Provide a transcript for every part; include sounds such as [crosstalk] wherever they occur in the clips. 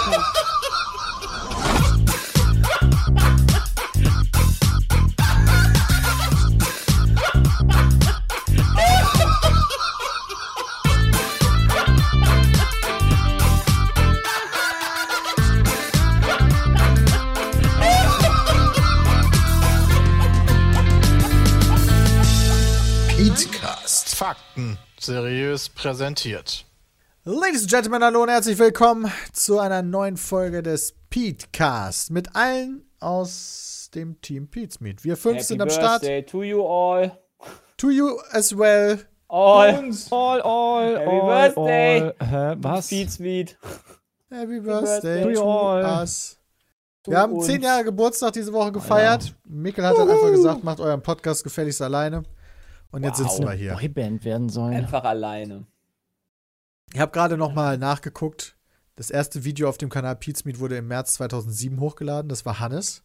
machen. Eatcast. Fakten seriös präsentiert. Ladies and Gentlemen, hallo und herzlich willkommen zu einer neuen Folge des Petecast mit allen aus dem Team Pete's Meet. Wir fünf sind am Start. Birthday to you all. To you as well. All. Uns. All, all, Happy all, Birthday. All. Hä, was? Feed [laughs] sweet. Happy Birthday Birthday to to all. us. To Wir haben uns. zehn Jahre Geburtstag diese Woche gefeiert. Mikkel hat dann einfach gesagt, macht euren Podcast gefälligst alleine. Und jetzt sitzen wir hier. Boyband werden sollen. Einfach alleine. Ich habe gerade nochmal nachgeguckt. Das erste Video auf dem Kanal Pete's Meet wurde im März 2007 hochgeladen. Das war Hannes.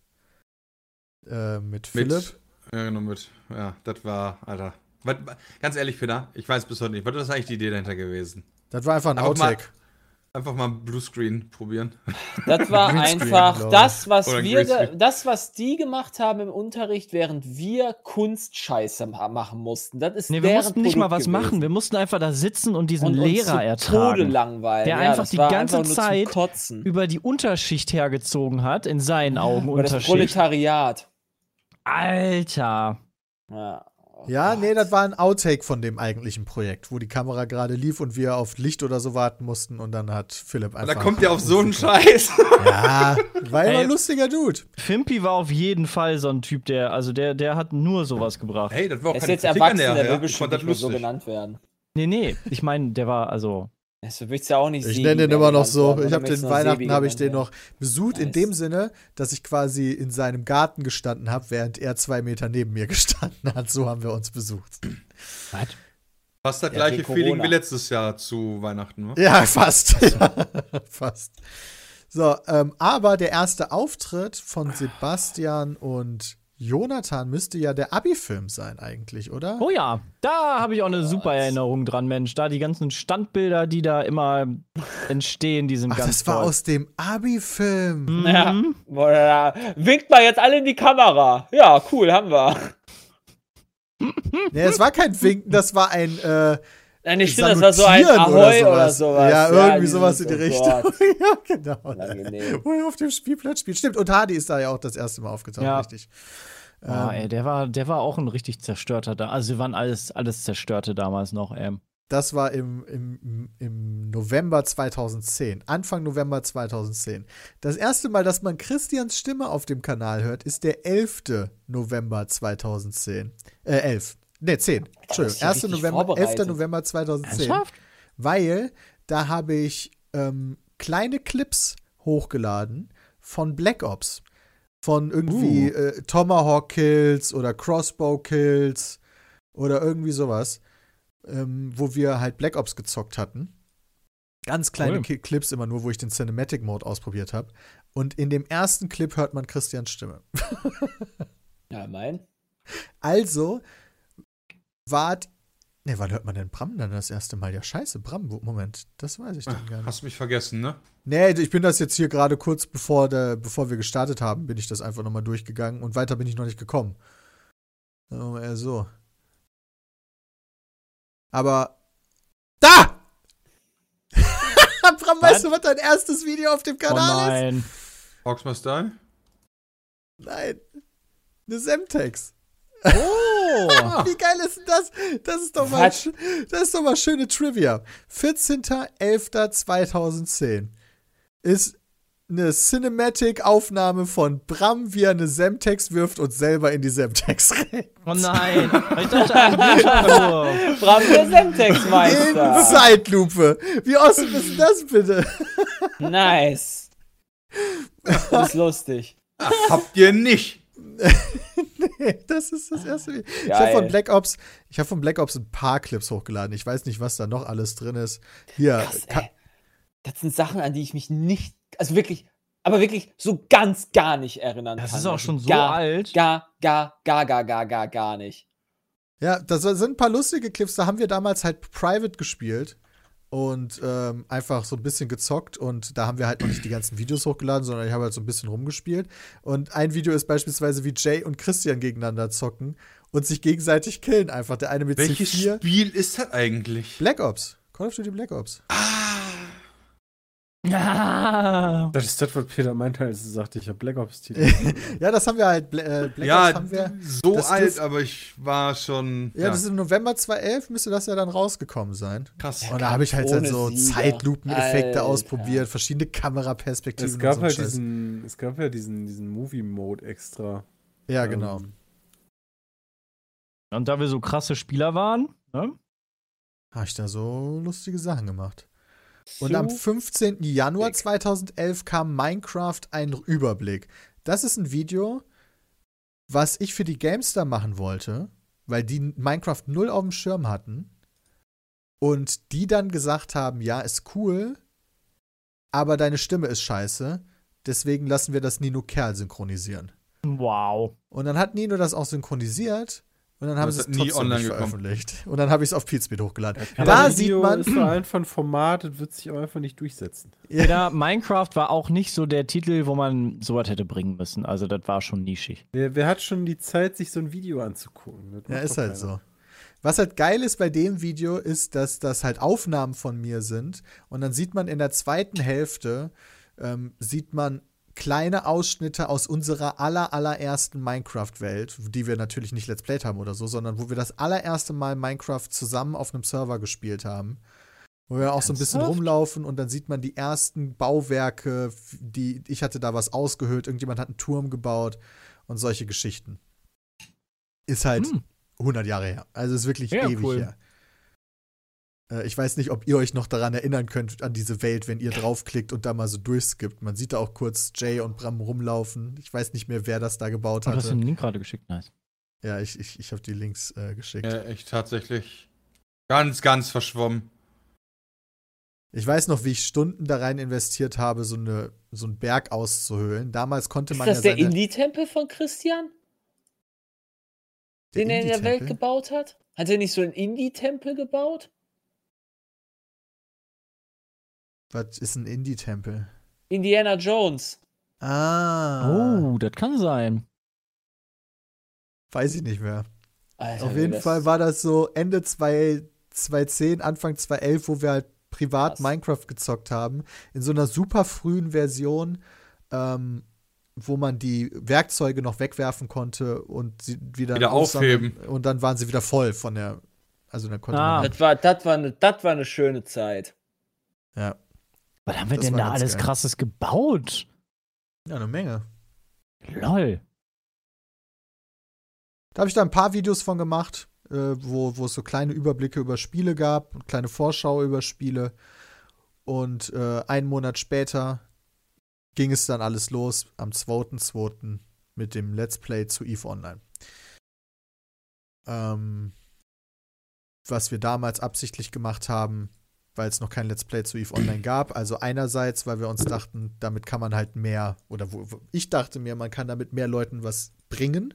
Äh, mit Philipp. Mit. Ja, genau, mit. Ja, das war, Alter. Was, ganz ehrlich, Peter, ich weiß bis heute nicht, was ist eigentlich die Idee dahinter gewesen? Das war einfach ein Aber mal- Outtake. Einfach mal ein Bluescreen probieren. [laughs] Das war Greenscreen, einfach glaub das, was Oder wir, ge- Greenscreen. das, was die gemacht haben im Unterricht, während wir Kunstscheiße ma- machen mussten. Das ist Nee, wir deren mussten nicht mal was Produkt machen. gewesen. Wir mussten einfach da sitzen und diesen Und uns Lehrer zu Tode ertragen. langweilen. Der ja, einfach das die war ganze einfach nur Zeit zum Kotzen. Über die Unterschicht hergezogen hat, in seinen Augen Über das Unterschicht. Proletariat. Alter. Ja, Oh Ja, Gott. nee, das war ein Outtake von dem eigentlichen Projekt, wo die Kamera gerade lief und wir auf Licht oder so warten mussten und dann hat Philipp Und einfach. da kommt ihr auf so [laughs] einen Scheiß. Ja, war immer Ey. ein lustiger Dude. Fimpi war auf jeden Fall so ein Typ, der, also der, der hat nur sowas gebracht. Hey, das war auch Er ist keine jetzt Kritik an erwachsen, der ja. will Ich bestimmt fand das nicht mehr so lustig. genannt werden. Nee, nee. Ich meine, der war, also. Das willst du ja auch nicht Ich Sebi nenne den mehr immer noch genannt so. werden, Ich oder habe den möchtest du noch Sebi Weihnachten habe ich genannt den werden? noch besucht in Nice. dem Sinne, dass ich quasi in seinem Garten gestanden habe, während er zwei Meter neben mir gestanden hat. So haben wir uns besucht. Was? Fast das Ja, gleiche wegen Feeling Corona. wie letztes Jahr zu Weihnachten, ne? Ja, [laughs] fast. [laughs] fast. So, ähm, aber der erste Auftritt von Sebastian und Jonathan müsste ja der Abi-Film sein eigentlich, oder? Oh ja, da habe ich auch eine super Erinnerung dran, Mensch. Da die ganzen Standbilder, die da immer entstehen, die sind Ach, ganz das war toll. aus dem Abi-Film. Ja. Mhm. Boah, Winkt mal jetzt alle in die Kamera. Ja, cool, haben wir. Nee, es war kein Winken, das war ein äh, [laughs] Nein, nicht stimmt, das war so ein Salutieren Ahoi oder sowas. Ja, irgendwie dieses- sowas in die oh Richtung. Gott. ja, genau. Unangenehm. Wo er [laughs] auf dem Spielplatz spielt. Stimmt, und Hardy ist da ja auch das erste Mal aufgetaucht, Ja. richtig. Ah, ey, der war, der war auch ein richtig zerstörter da. Also wir waren alles, alles zerstörte damals noch, ähm. Das war im, im, im November 2010, Anfang November 2010. Das erste Mal, dass man Christians Stimme auf dem Kanal hört, ist der 11. November 2010. Äh, 11. Ne, 10. Entschuldigung. ja 1. richtig November, 11. vorbereitet. November 2010. Ernsthaft? Oh Weil da habe ich ähm, kleine Clips hochgeladen von Black Ops. Von irgendwie äh, Tomahawk Kills oder Crossbow Kills oder irgendwie sowas ähm, wo wir halt Black Ops gezockt hatten. Ganz kleine Cool. Ki- Clips immer nur, wo ich den Cinematic Mode ausprobiert habe. Und in dem ersten Clip hört man Christians Stimme. Ja, mein. Also wart. Ne, wann hört man denn Bram dann das erste Mal? Ja, scheiße, Bram, wo, Moment, das weiß ich dann gar nicht. Hast mich vergessen, ne? Nee, ich bin das jetzt hier gerade kurz bevor, der, bevor wir gestartet haben, bin ich das einfach nochmal durchgegangen und weiter bin ich noch nicht gekommen. Oh, eher so. Aber. Da! [laughs] Bram, weißt du, was dein erstes Video auf dem Oh Kanal nein. Hawks Must Die? ist? Nein. Eine Semtex. Oh! Ah, [laughs] Wie geil ist denn das? Das ist doch mal, Was? sch- das ist doch mal schöne Trivia. 14.11.2010 ist eine Cinematic-Aufnahme von Bram, wie er eine Semtex wirft und selber in die Semtex rennt. [laughs] Oh nein. Ich dachte, eigentlich nur. Bram, der Semtex-Meister. In Zeitlupe. Wie awesome ist denn das bitte? [laughs] Nice. Das ist lustig. Habt ihr nicht. Nee, das ist das erste Video. Ich Geil. habe von Black Ops, ich habe von Black Ops ein paar Clips hochgeladen. Ich weiß nicht, was da noch alles drin ist. Hier, Krass, Ka- ey. Das sind Sachen, an die ich mich nicht, also wirklich, aber wirklich so ganz gar nicht erinnern Das kann. Also ist auch schon so gar, alt. Gar, gar, gar, gar, gar, gar, gar nicht. Ja, das sind ein paar lustige Clips. Da haben wir damals halt Private gespielt. und ähm, einfach so ein bisschen gezockt und da haben wir halt noch nicht die ganzen Videos hochgeladen, sondern ich habe halt so ein bisschen rumgespielt. Und ein Video ist beispielsweise, wie Jay und Christian gegeneinander zocken und sich gegenseitig killen einfach. Der eine mit Welches C4. Spiel ist das eigentlich? Black Ops. Call of Duty Black Ops. Ah, Das ist das, was Peter meinte, als er sagte, ich habe Black [laughs] Ops-Titel. Ja, das haben wir halt. Bla äh, Black ja, Ops haben wir. so das alt, dürft- aber ich war schon Ja, ja, das ist im November 2011, müsste das ja dann rausgekommen sein. krass. Und da habe ich halt, halt so Ohne Sieger. Zeitlupeneffekte Alter. ausprobiert, verschiedene Kameraperspektiven. es gab und halt so einen Scheiß. diesen, es gab ja diesen, diesen Movie-Mode extra. Ja, ähm, genau. Und da wir so krasse Spieler waren, ne? Habe ich da so lustige Sachen gemacht. Und am 15. Januar 2011 kam Minecraft ein Überblick. Das ist ein Video, was ich für die Gamester machen wollte, weil die Minecraft null auf dem Schirm hatten. Und die dann gesagt haben, ja, ist cool, aber deine Stimme ist scheiße. Deswegen lassen wir das Nino Kerl synchronisieren. Wow. Und dann hat Nino das auch synchronisiert. Und dann Und haben das sie es hat nie trotzdem online nicht gekommen. veröffentlicht. Und dann habe ich es auf Peatspeed hochgeladen. Aber da das sieht Video man. Ist vor allem von Format, das wird sich auch einfach nicht durchsetzen. Ja. Ja, Minecraft war auch nicht so der Titel, wo man sowas hätte bringen müssen. Also das war schon nischig. Wer, wer hat schon die Zeit, sich so ein Video anzugucken? Das Ja, macht ist doch halt keiner. so. Was halt geil ist bei dem Video, ist, dass das halt Aufnahmen von mir sind. Und dann sieht man in der zweiten Hälfte, ähm, sieht man kleine Ausschnitte aus unserer aller, allerersten Minecraft-Welt, die wir natürlich nicht Let's Played haben oder so, sondern wo wir das allererste Mal Minecraft zusammen auf einem Server gespielt haben. Wo wir auch so ein bisschen Ernsthaft? rumlaufen und dann sieht man die ersten Bauwerke, die ich hatte da was ausgehöhlt, irgendjemand hat einen Turm gebaut und solche Geschichten. Ist halt Hm. 100 Jahre her. Also ist wirklich Ja, ewig cool. her. Äh, Ich weiß nicht, ob ihr euch noch daran erinnern könnt, an diese Welt, wenn ihr draufklickt und da mal so durchskippt. Man sieht da auch kurz Jay und Bram rumlaufen. Ich weiß nicht mehr, wer das da gebaut Du hast hatte. den Link gerade geschickt, nice. Ja, ich, ich, ich habe die Links äh, geschickt. Ja, echt tatsächlich ganz, ganz verschwommen. Ich weiß noch, wie ich Stunden da rein investiert habe, so, eine, so einen Berg auszuhöhlen. Damals konnte Ist man das ja der seine, Indie-Tempel von Christian, den er in der Welt Indie-Tempel? gebaut hat? Hat er nicht so einen Indie-Tempel gebaut? Was ist ein Indie-Tempel? Indiana Jones. Ah. Oh, das kann sein. Weiß ich nicht mehr. Alter, Auf wer jeden das- Fall war das so Ende 2 2010, Anfang 2011, wo wir halt privat Krass. Minecraft gezockt haben. In so einer super frühen Version, ähm, wo man die Werkzeuge noch wegwerfen konnte und sie wieder, Wieder aufsammeln. Und dann waren sie wieder voll von der. Also dann konnte Ah. man. Das war, das war, eine, das war eine schöne Zeit. Ja. Was haben wir Das denn war da ganz alles geil. krasses gebaut? ja, eine Menge. Lol. Da habe ich da ein paar Videos von gemacht, äh, wo, wo es so kleine Überblicke über Spiele gab und kleine Vorschau über Spiele. Und äh, einen Monat später ging es dann alles los, am 2.2. mit dem Let's Play zu EVE Online. Ähm, was wir damals absichtlich gemacht haben, weil es noch kein Let's Play zu EVE Online gab. Also einerseits, weil wir uns dachten, damit kann man halt mehr, oder wo, wo, ich dachte mir, man kann damit mehr Leuten was bringen.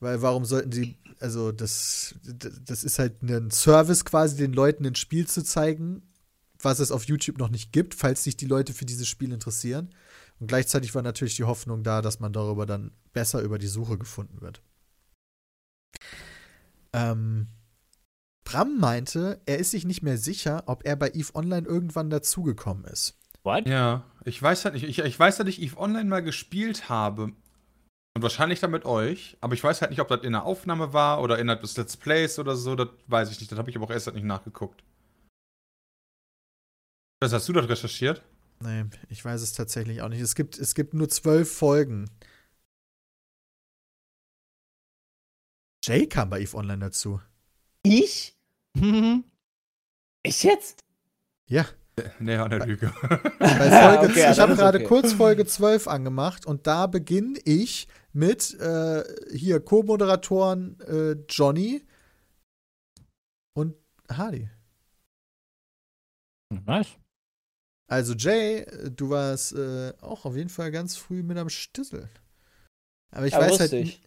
Weil warum sollten sie, also das, das ist halt ein Service quasi, den Leuten ein Spiel zu zeigen, was es auf YouTube noch nicht gibt, falls sich die Leute für dieses Spiel interessieren. Und gleichzeitig war natürlich die Hoffnung da, dass man darüber dann besser über die Suche gefunden wird. Ähm, Bram meinte, er ist sich nicht mehr sicher, ob er bei EVE Online irgendwann dazugekommen ist. What? Ja, ich weiß halt nicht. Ich, ich weiß halt nicht, Eve Online mal gespielt habe. Und wahrscheinlich dann mit euch. Aber ich weiß halt nicht, ob das in der Aufnahme war oder innerhalb des Let's Plays oder so. Das weiß ich nicht. Das habe ich aber auch erst halt nicht nachgeguckt. Was hast du dort recherchiert? Nee, ich weiß es tatsächlich auch nicht. Es gibt, es gibt nur zwölf Folgen. Jay kam bei EVE Online dazu. Ich? Ich jetzt? Ja. Nee, an [laughs] der Lüge. [laughs] Bei Folge, Okay, ich ja, das habe ist gerade okay. kurz Folge 12 angemacht und da beginne ich mit äh, hier Co-Moderatoren äh, Johnny und Hardy. [laughs] Nice. Also Jay, äh, du warst äh, auch auf jeden Fall ganz früh mit am Stissel. Aber ich Ja, weiß, halt, wusste ni- ich.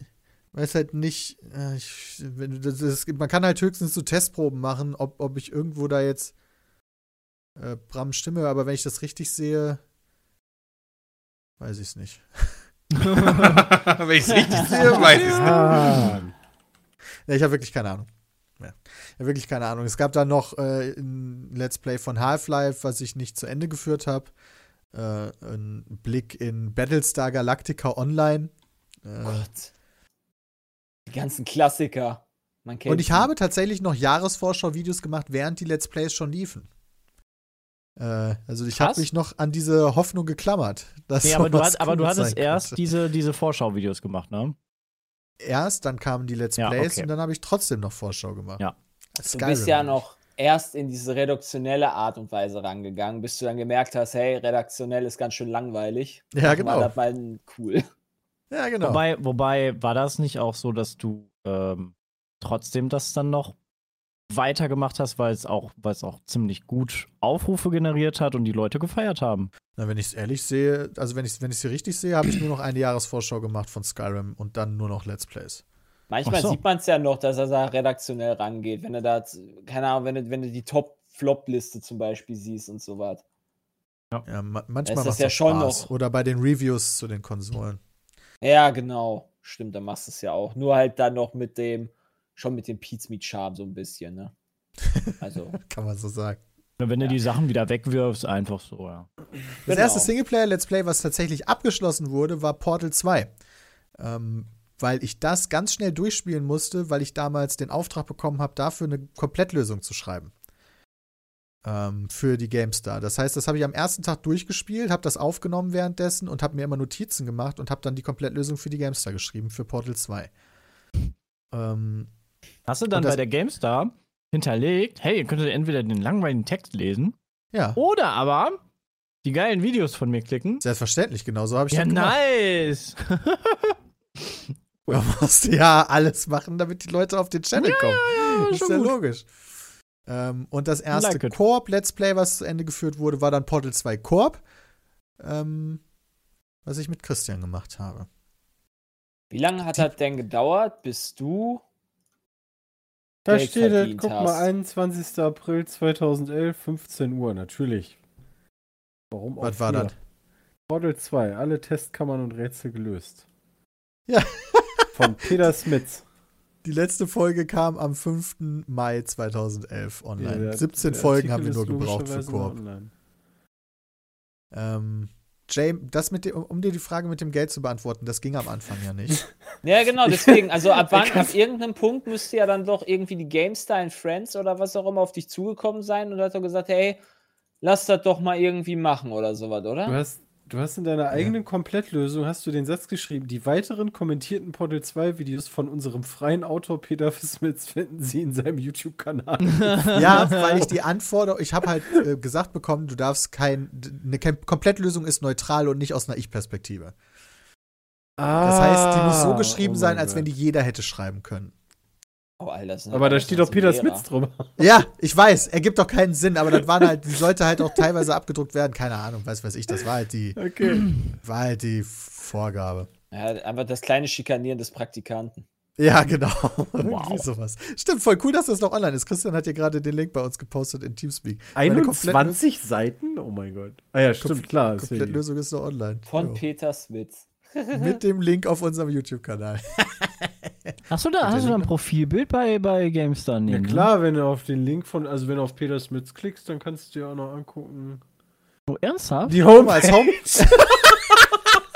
weiß halt nicht, äh, ich, wenn du das, das, man kann halt höchstens so Testproben machen, ob, ob ich irgendwo da jetzt äh, Brams Stimme, aber wenn ich das richtig sehe, weiß ich es nicht. Wenn ich es richtig sehe, weiß ich es nicht. Ah, Ja, ich habe wirklich keine Ahnung. Ja. Ich hab wirklich keine Ahnung. Es gab dann noch äh, ein Let's Play von Half-Life, was ich nicht zu Ende geführt habe. Äh, ein Blick in Battlestar Galactica Online. Äh, Oh Gott. Die ganzen Klassiker. Man kennt und ich sie. habe tatsächlich noch Jahresvorschau-Videos gemacht, während die Let's Plays schon liefen. Äh, also ich Krass. habe mich noch an diese Hoffnung geklammert. Dass [laughs] Nee, aber du, sowas hast, aber du cool hattest sein erst könnte. diese, diese Vorschau-Videos gemacht, ne? erst, dann kamen die Let's Ja, Plays okay. und dann habe ich trotzdem noch Vorschau gemacht. Äh, Ja. Du bist ja noch erst in diese redaktionelle Art und Weise rangegangen, bis du dann gemerkt hast, hey, redaktionell ist ganz schön langweilig. Ja, Machen wir genau. Das mal ein- cool. Ja, genau. Wobei, wobei, war das nicht auch so, dass du ähm, trotzdem das dann noch weitergemacht hast, weil es auch, weil es auch ziemlich gut Aufrufe generiert hat und die Leute gefeiert haben? Na, wenn ich es ehrlich sehe, also wenn ich es wenn ich's hier richtig sehe, habe ich nur noch eine Jahresvorschau gemacht von Skyrim und dann nur noch Let's Plays. Manchmal Ach so. sieht man es ja noch, dass er da redaktionell rangeht, wenn er da, z- keine Ahnung, wenn du, wenn du die Top-Flop-Liste zum Beispiel siehst und so was. Ja, ma Es manchmal ist macht es ja ja schon Spaß. noch- Oder bei den Reviews zu den Konsolen. [laughs] Ja, genau. Stimmt, dann machst du es ja auch. Nur halt dann noch mit dem, schon mit dem Pizza Meat Charme so ein bisschen, ne? Also, Kann man so sagen. Na, Ne, Wenn Ja. du die Sachen wieder wegwirfst, einfach so, ja. Das Genau. erste Singleplayer-Let's Play, was tatsächlich abgeschlossen wurde, war Portal 2. Ähm, weil ich das ganz schnell durchspielen musste, weil ich damals den Auftrag bekommen habe, dafür eine Komplettlösung zu schreiben. Ähm, für die GameStar. Das heißt, das habe ich am ersten Tag durchgespielt, habe das aufgenommen währenddessen und habe mir immer Notizen gemacht und habe dann die Komplettlösung für die GameStar geschrieben, für Portal 2. Ähm, Hast du dann Und das- bei der GameStar hinterlegt, hey, ihr könntet entweder den langweiligen Text lesen ja, oder aber die geilen Videos von mir klicken. selbstverständlich, genau so habe ich Ja, das gemacht. nice! [laughs] Man musste ja alles machen, damit die Leute auf den [laughs] Channel kommen. Das ist schon ja gut. logisch. Ähm, und das erste Like it. Koop-Let's Play, was zu Ende geführt wurde, war dann Portal 2 Koop, ähm, was ich mit Christian gemacht habe. wie lange hat das denn gedauert, bis du da Geld steht, es, verdient guck hast. mal, 21. April 2011, 15 Uhr, natürlich. Warum auch Was war früher? das? Model 2, alle Testkammern und Rätsel gelöst. Ja. Von [laughs] Peter Smits. Die letzte Folge kam am 5. Mai 2011 online. Der- 17 der Folgen haben wir Artikel nur ist gebraucht für logischerweise Koop. online. Ähm, James, das mit dem, um dir die Frage mit dem Geld zu beantworten, das ging am Anfang ja [laughs] nicht. Ja, genau, deswegen. Also ab wann, ab kann's- irgendeinem Punkt müsste ja dann doch irgendwie die GameStar in Friends oder was auch immer auf dich zugekommen sein und hat doch gesagt, hey, lass das doch mal irgendwie machen oder sowas, Du oder? hast, du hast in deiner eigenen Komplettlösung hast du den Satz geschrieben, die weiteren kommentierten Portal 2 Videos von unserem freien Autor Peter Smits finden Sie in seinem YouTube-Kanal. ja, weil ich die Anforderung, ich habe halt äh, gesagt bekommen, du darfst kein, eine Kem- Komplettlösung ist neutral und nicht aus einer Ich-Perspektive. Ah. Das heißt, die muss so Oh geschrieben sein, als wenn die jeder hätte schreiben können. Oh, Alter, das sind Aber da alles steht noch doch Peter Lehrer. Smits drüber. Ja, ich weiß, ergibt doch keinen Sinn, aber das waren halt, die sollte halt auch teilweise abgedruckt werden, keine Ahnung, weiß weiß ich, das war halt die, Okay. war halt die Vorgabe. Ja, einfach das kleine Schikanieren des Praktikanten. Ja, genau. [laughs] Irgendwie sowas. Stimmt, voll cool, dass das noch online ist. Christian hat hier gerade den Link bei uns gepostet in Teamspeak. Meine Komplettlös- 21 Seiten? Oh mein Gott. Ah ja, stimmt, klar. ist hier die- Komplettlösung ist noch online. Von Jo. Peter Smits. Mit dem Link auf unserem YouTube-Kanal. Hast du da, hast du da ein Profilbild bei, bei GameStar Ja Mhm. nehmen? ne? klar, wenn du auf den Link von, also wenn du auf Peter Smits klickst, dann kannst du dir auch noch angucken. Oh, ernsthaft? Die Guck mal, als Home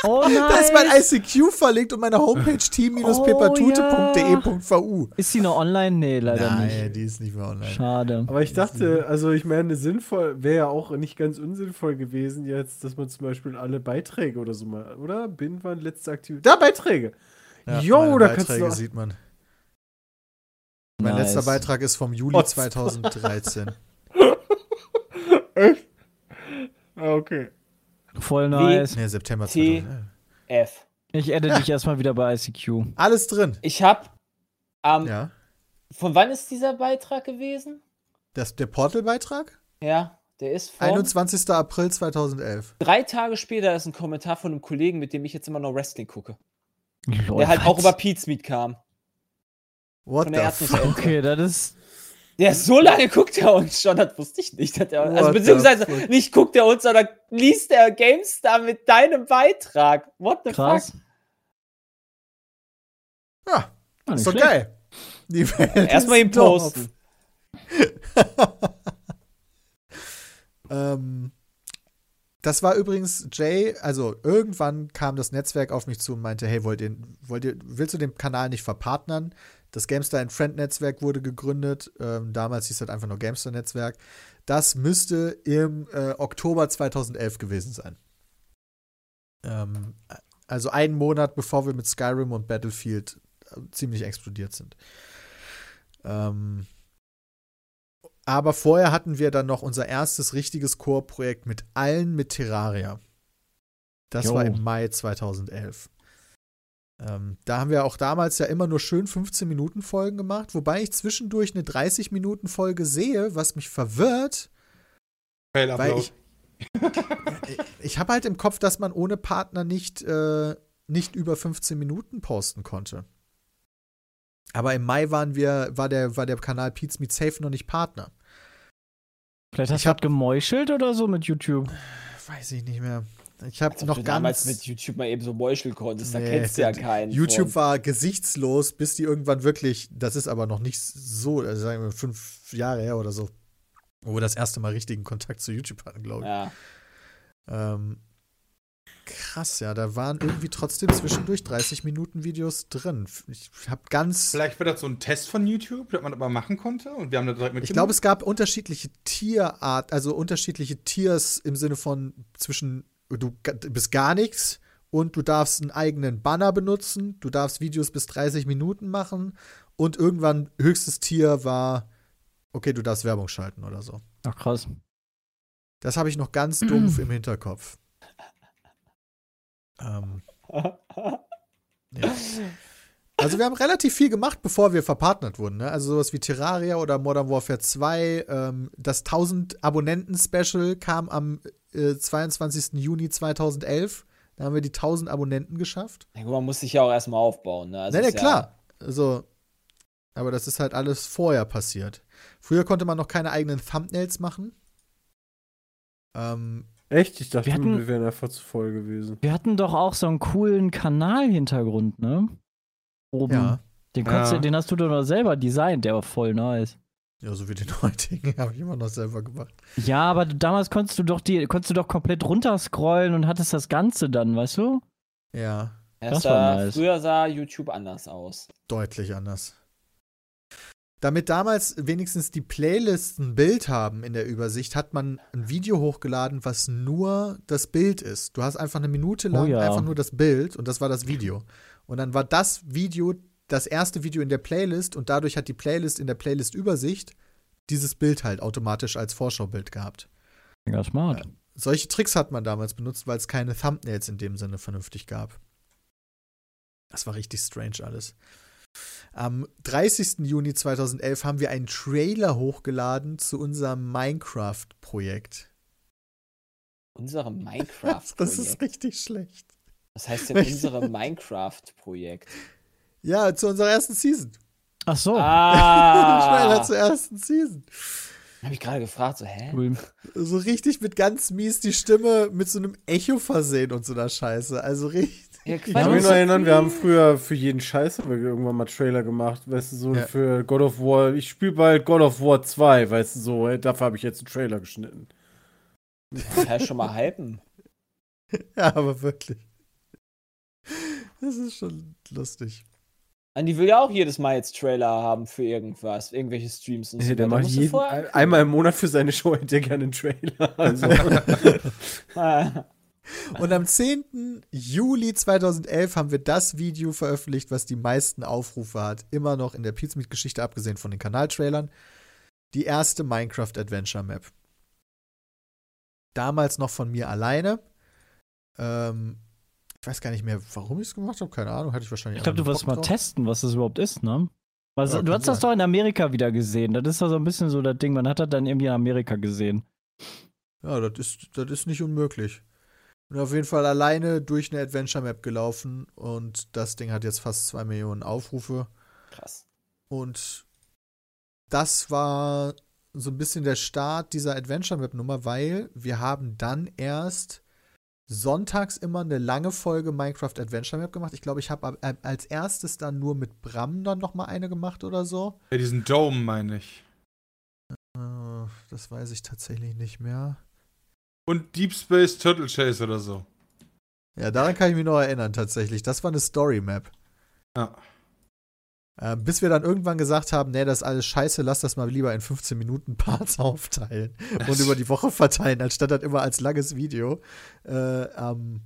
Oh nein! [laughs] da ist mein ICQ verlinkt und meine Homepage team-perpetute.de.vu. Ist die noch online? Nee, leider Nein, nicht. die ist nicht mehr online. Schade. Aber ich dachte, also ich meine, sinnvoll wäre ja auch nicht ganz unsinnvoll gewesen jetzt, dass man zum Beispiel alle Beiträge oder so mal, oder? Bin waren letzte Aktivität. Da Beiträge! meine Jo, da kannst Beiträge du. Noch, sieht man. Mein Nice. letzter Beitrag ist vom Juli Hotspot. [laughs] 2013. ah, okay. Voll nice. ne, September T. 2011. F. Ich edde dich erstmal wieder bei ICQ. Alles drin. Ich hab am. Ja. Von wann ist dieser Beitrag gewesen? Das, der Portal-Beitrag? Ja, der ist von. 21. April 2011. Drei Tage später ist ein Kommentar von einem Kollegen, mit dem ich jetzt immer noch Wrestling gucke. Lol, Der halt auch was? über Pizza Meat kam. What Von the der fuck? Erdnussente. Okay, das ist. Der ist so lange guckt er uns schon, das wusste ich nicht. Dass er, also What the beziehungsweise fuck? nicht guckt er uns, sondern liest er GameStar mit deinem Beitrag. What the Krass. fuck? Ja, Ja, ist Ah, nicht doch schlecht. geil. Die Welt Erstmal ist ihn top. posten. ähm, das war übrigens Jay, also irgendwann kam das Netzwerk auf mich zu und meinte, hey, wollt ihr, wollt ihr, willst du den Kanal nicht verpartnern? Das Gamestar and Friend Netzwerk wurde gegründet. Ähm, damals hieß das einfach nur Gamestar Netzwerk. Das müsste im äh, Oktober 2011 gewesen sein. Ähm, also einen Monat bevor wir mit Skyrim und Battlefield äh, ziemlich explodiert sind. Ähm, aber vorher hatten wir dann noch unser erstes richtiges Core-Projekt mit allen mit Terraria. Das Jo. war im Mai 2011. Ähm, da haben wir auch damals ja immer nur schön 15-Minuten-Folgen gemacht, wobei ich zwischendurch eine 30-Minuten-Folge sehe, was mich verwirrt, weil Fail-Upload. ich, ich habe halt im Kopf, dass man ohne Partner nicht, äh, nicht über 15 Minuten posten konnte. Aber im Mai waren wir, war der, war der Kanal Pete's Meet Safe noch nicht Partner. Vielleicht hast Ich du hab- halt gemeuchelt oder so mit YouTube. Weiß ich nicht mehr. Ich habe Als ob noch du damals mit ganz. YouTube mal eben so meucheln konntest, da Nee, kennst du ja d- keinen. YouTube von. war gesichtslos, bis die irgendwann wirklich, das ist aber noch nicht so, also sagen wir fünf Jahre her oder so, wo wir das erste Mal richtigen Kontakt zu YouTube hatten, glaube ich. Ja. Ähm, krass, ja, da waren irgendwie trotzdem zwischendurch 30 Minuten Videos drin. Ich habe ganz. Vielleicht war das so ein Test von YouTube, dass man das mal machen konnte und wir haben da direkt mit Ich glaube, es gab unterschiedliche Tierart, also unterschiedliche Tiers im Sinne von zwischen du ga- bist gar nichts und du darfst einen eigenen Banner benutzen, du darfst Videos bis 30 Minuten machen und irgendwann höchstes Tier war okay, du darfst Werbung schalten oder so. Ach krass. Das habe ich noch ganz dumpf im Hinterkopf. Ähm, ja. Also wir haben relativ viel gemacht, bevor wir verpartnert wurden. Ne? Also sowas wie Terraria oder Modern Warfare 2. Ähm, das 1000 Abonnenten-Special kam am äh, 22. Juni 2011. Da haben wir die 1000 Abonnenten geschafft. Na gut, Man muss sich ja auch erstmal aufbauen. Ne? Also Na, na ist ja- klar. Also, aber das ist halt alles vorher passiert. Früher konnte man noch keine eigenen Thumbnails machen. Ähm, Echt? Ich dachte, Wir wir, hatten- wären einfach zu voll gewesen. Wir hatten doch auch so einen coolen Kanalhintergrund, ne? Um Oben. ja. Den, konntest, Ja. du- den hast du doch noch selber designt, der war voll nice. ja, so wie [laughs] den heutigen habe ich immer noch selber gemacht. Ja, aber du- damals konntest du doch die, konntest du doch komplett runterscrollen und hattest das Ganze dann, weißt du? Ja, Das Das sah, war nice. Früher sah YouTube anders aus. deutlich anders. Damit damals wenigstens die Playlisten ein Bild haben in der Übersicht, hat man ein Video hochgeladen, was nur das Bild ist. Du hast einfach eine Minute lang Oh ja. einfach nur das Bild und das war das Video. Und dann war das Video das erste Video in der Playlist und dadurch hat die Playlist in der Playlist-Übersicht dieses Bild halt automatisch als Vorschaubild gehabt. Mega smart. Solche Tricks hat man damals benutzt, weil es keine Thumbnails in dem Sinne vernünftig gab. Das war richtig strange alles. Am 30. Juni 2011 haben wir einen Trailer hochgeladen zu unserem Minecraft-Projekt. Unsere Das, [laughs] Minecraft-Projekt. das ist richtig schlecht. Was heißt denn unsere Minecraft-Projekt? Ja, zu unserer ersten Season. Ach Oh. so. [laughs] Ah! Trailer zur ersten Season. Habe ich gerade gefragt, so, hä? Cool. So richtig mit ganz mies die Stimme mit so einem Echo versehen und so einer Scheiße. Also richtig. [laughs] Ja, Ich kann Quatsch. mich noch erinnern, wir haben früher für jeden Scheiß haben wir irgendwann mal Trailer gemacht, weißt du, so Ja. für God of War, ich spiele bald God of War 2, weißt du, so, ey, dafür habe ich jetzt einen Trailer geschnitten. Das kann ich schon mal halten. Ja, aber wirklich. Das ist schon lustig. Andi will ja auch jedes Mal jetzt Trailer haben für irgendwas, irgendwelche Streams und so. Hey, der weiter. macht Musst du jeden, vorher- ein- einmal im Monat für seine Show hätte er gerne einen Trailer. [laughs] Also, Ah, Und am 10. Juli 2011 haben wir das Video veröffentlicht, was die meisten Aufrufe hat. Immer noch in der Pizmeet-Geschichte, abgesehen von den Kanaltrailern. Die erste Minecraft Adventure Map. Damals noch von mir alleine. Ähm, ich weiß gar nicht mehr, warum ich es gemacht habe. Keine Ahnung, hatte ich wahrscheinlich. Ich glaube, du einfach wolltest mal nur Bock drauf. testen, was das überhaupt ist, ne? Was, Ja, du kann hast das sein. doch in Amerika wieder gesehen. Das ist doch so ein bisschen so das Ding. Man hat das dann irgendwie in Amerika gesehen. Ja, das ist, das ist nicht unmöglich. Bin auf jeden Fall alleine durch eine Adventure Map gelaufen und das Ding hat jetzt fast 2 Millionen Aufrufe. krass. Und das war so ein bisschen der Start dieser Adventure-Map-Nummer, weil wir haben dann erst sonntags immer eine lange Folge Minecraft Adventure Map gemacht. Ich glaube, ich habe als erstes dann nur mit Bram dann noch mal eine gemacht oder so. Ja, diesen Dome meine ich. Äh, Das weiß ich tatsächlich nicht mehr. Und Deep Space Turtle Chase oder so. Ja, daran kann ich mich noch erinnern tatsächlich. Das war eine Story-Map. Ja. Äh, bis wir dann irgendwann gesagt haben, nee, das ist alles scheiße, lass das mal lieber in 15 Minuten Parts [laughs] aufteilen und über die Woche verteilen, anstatt das immer als langes Video äh, am,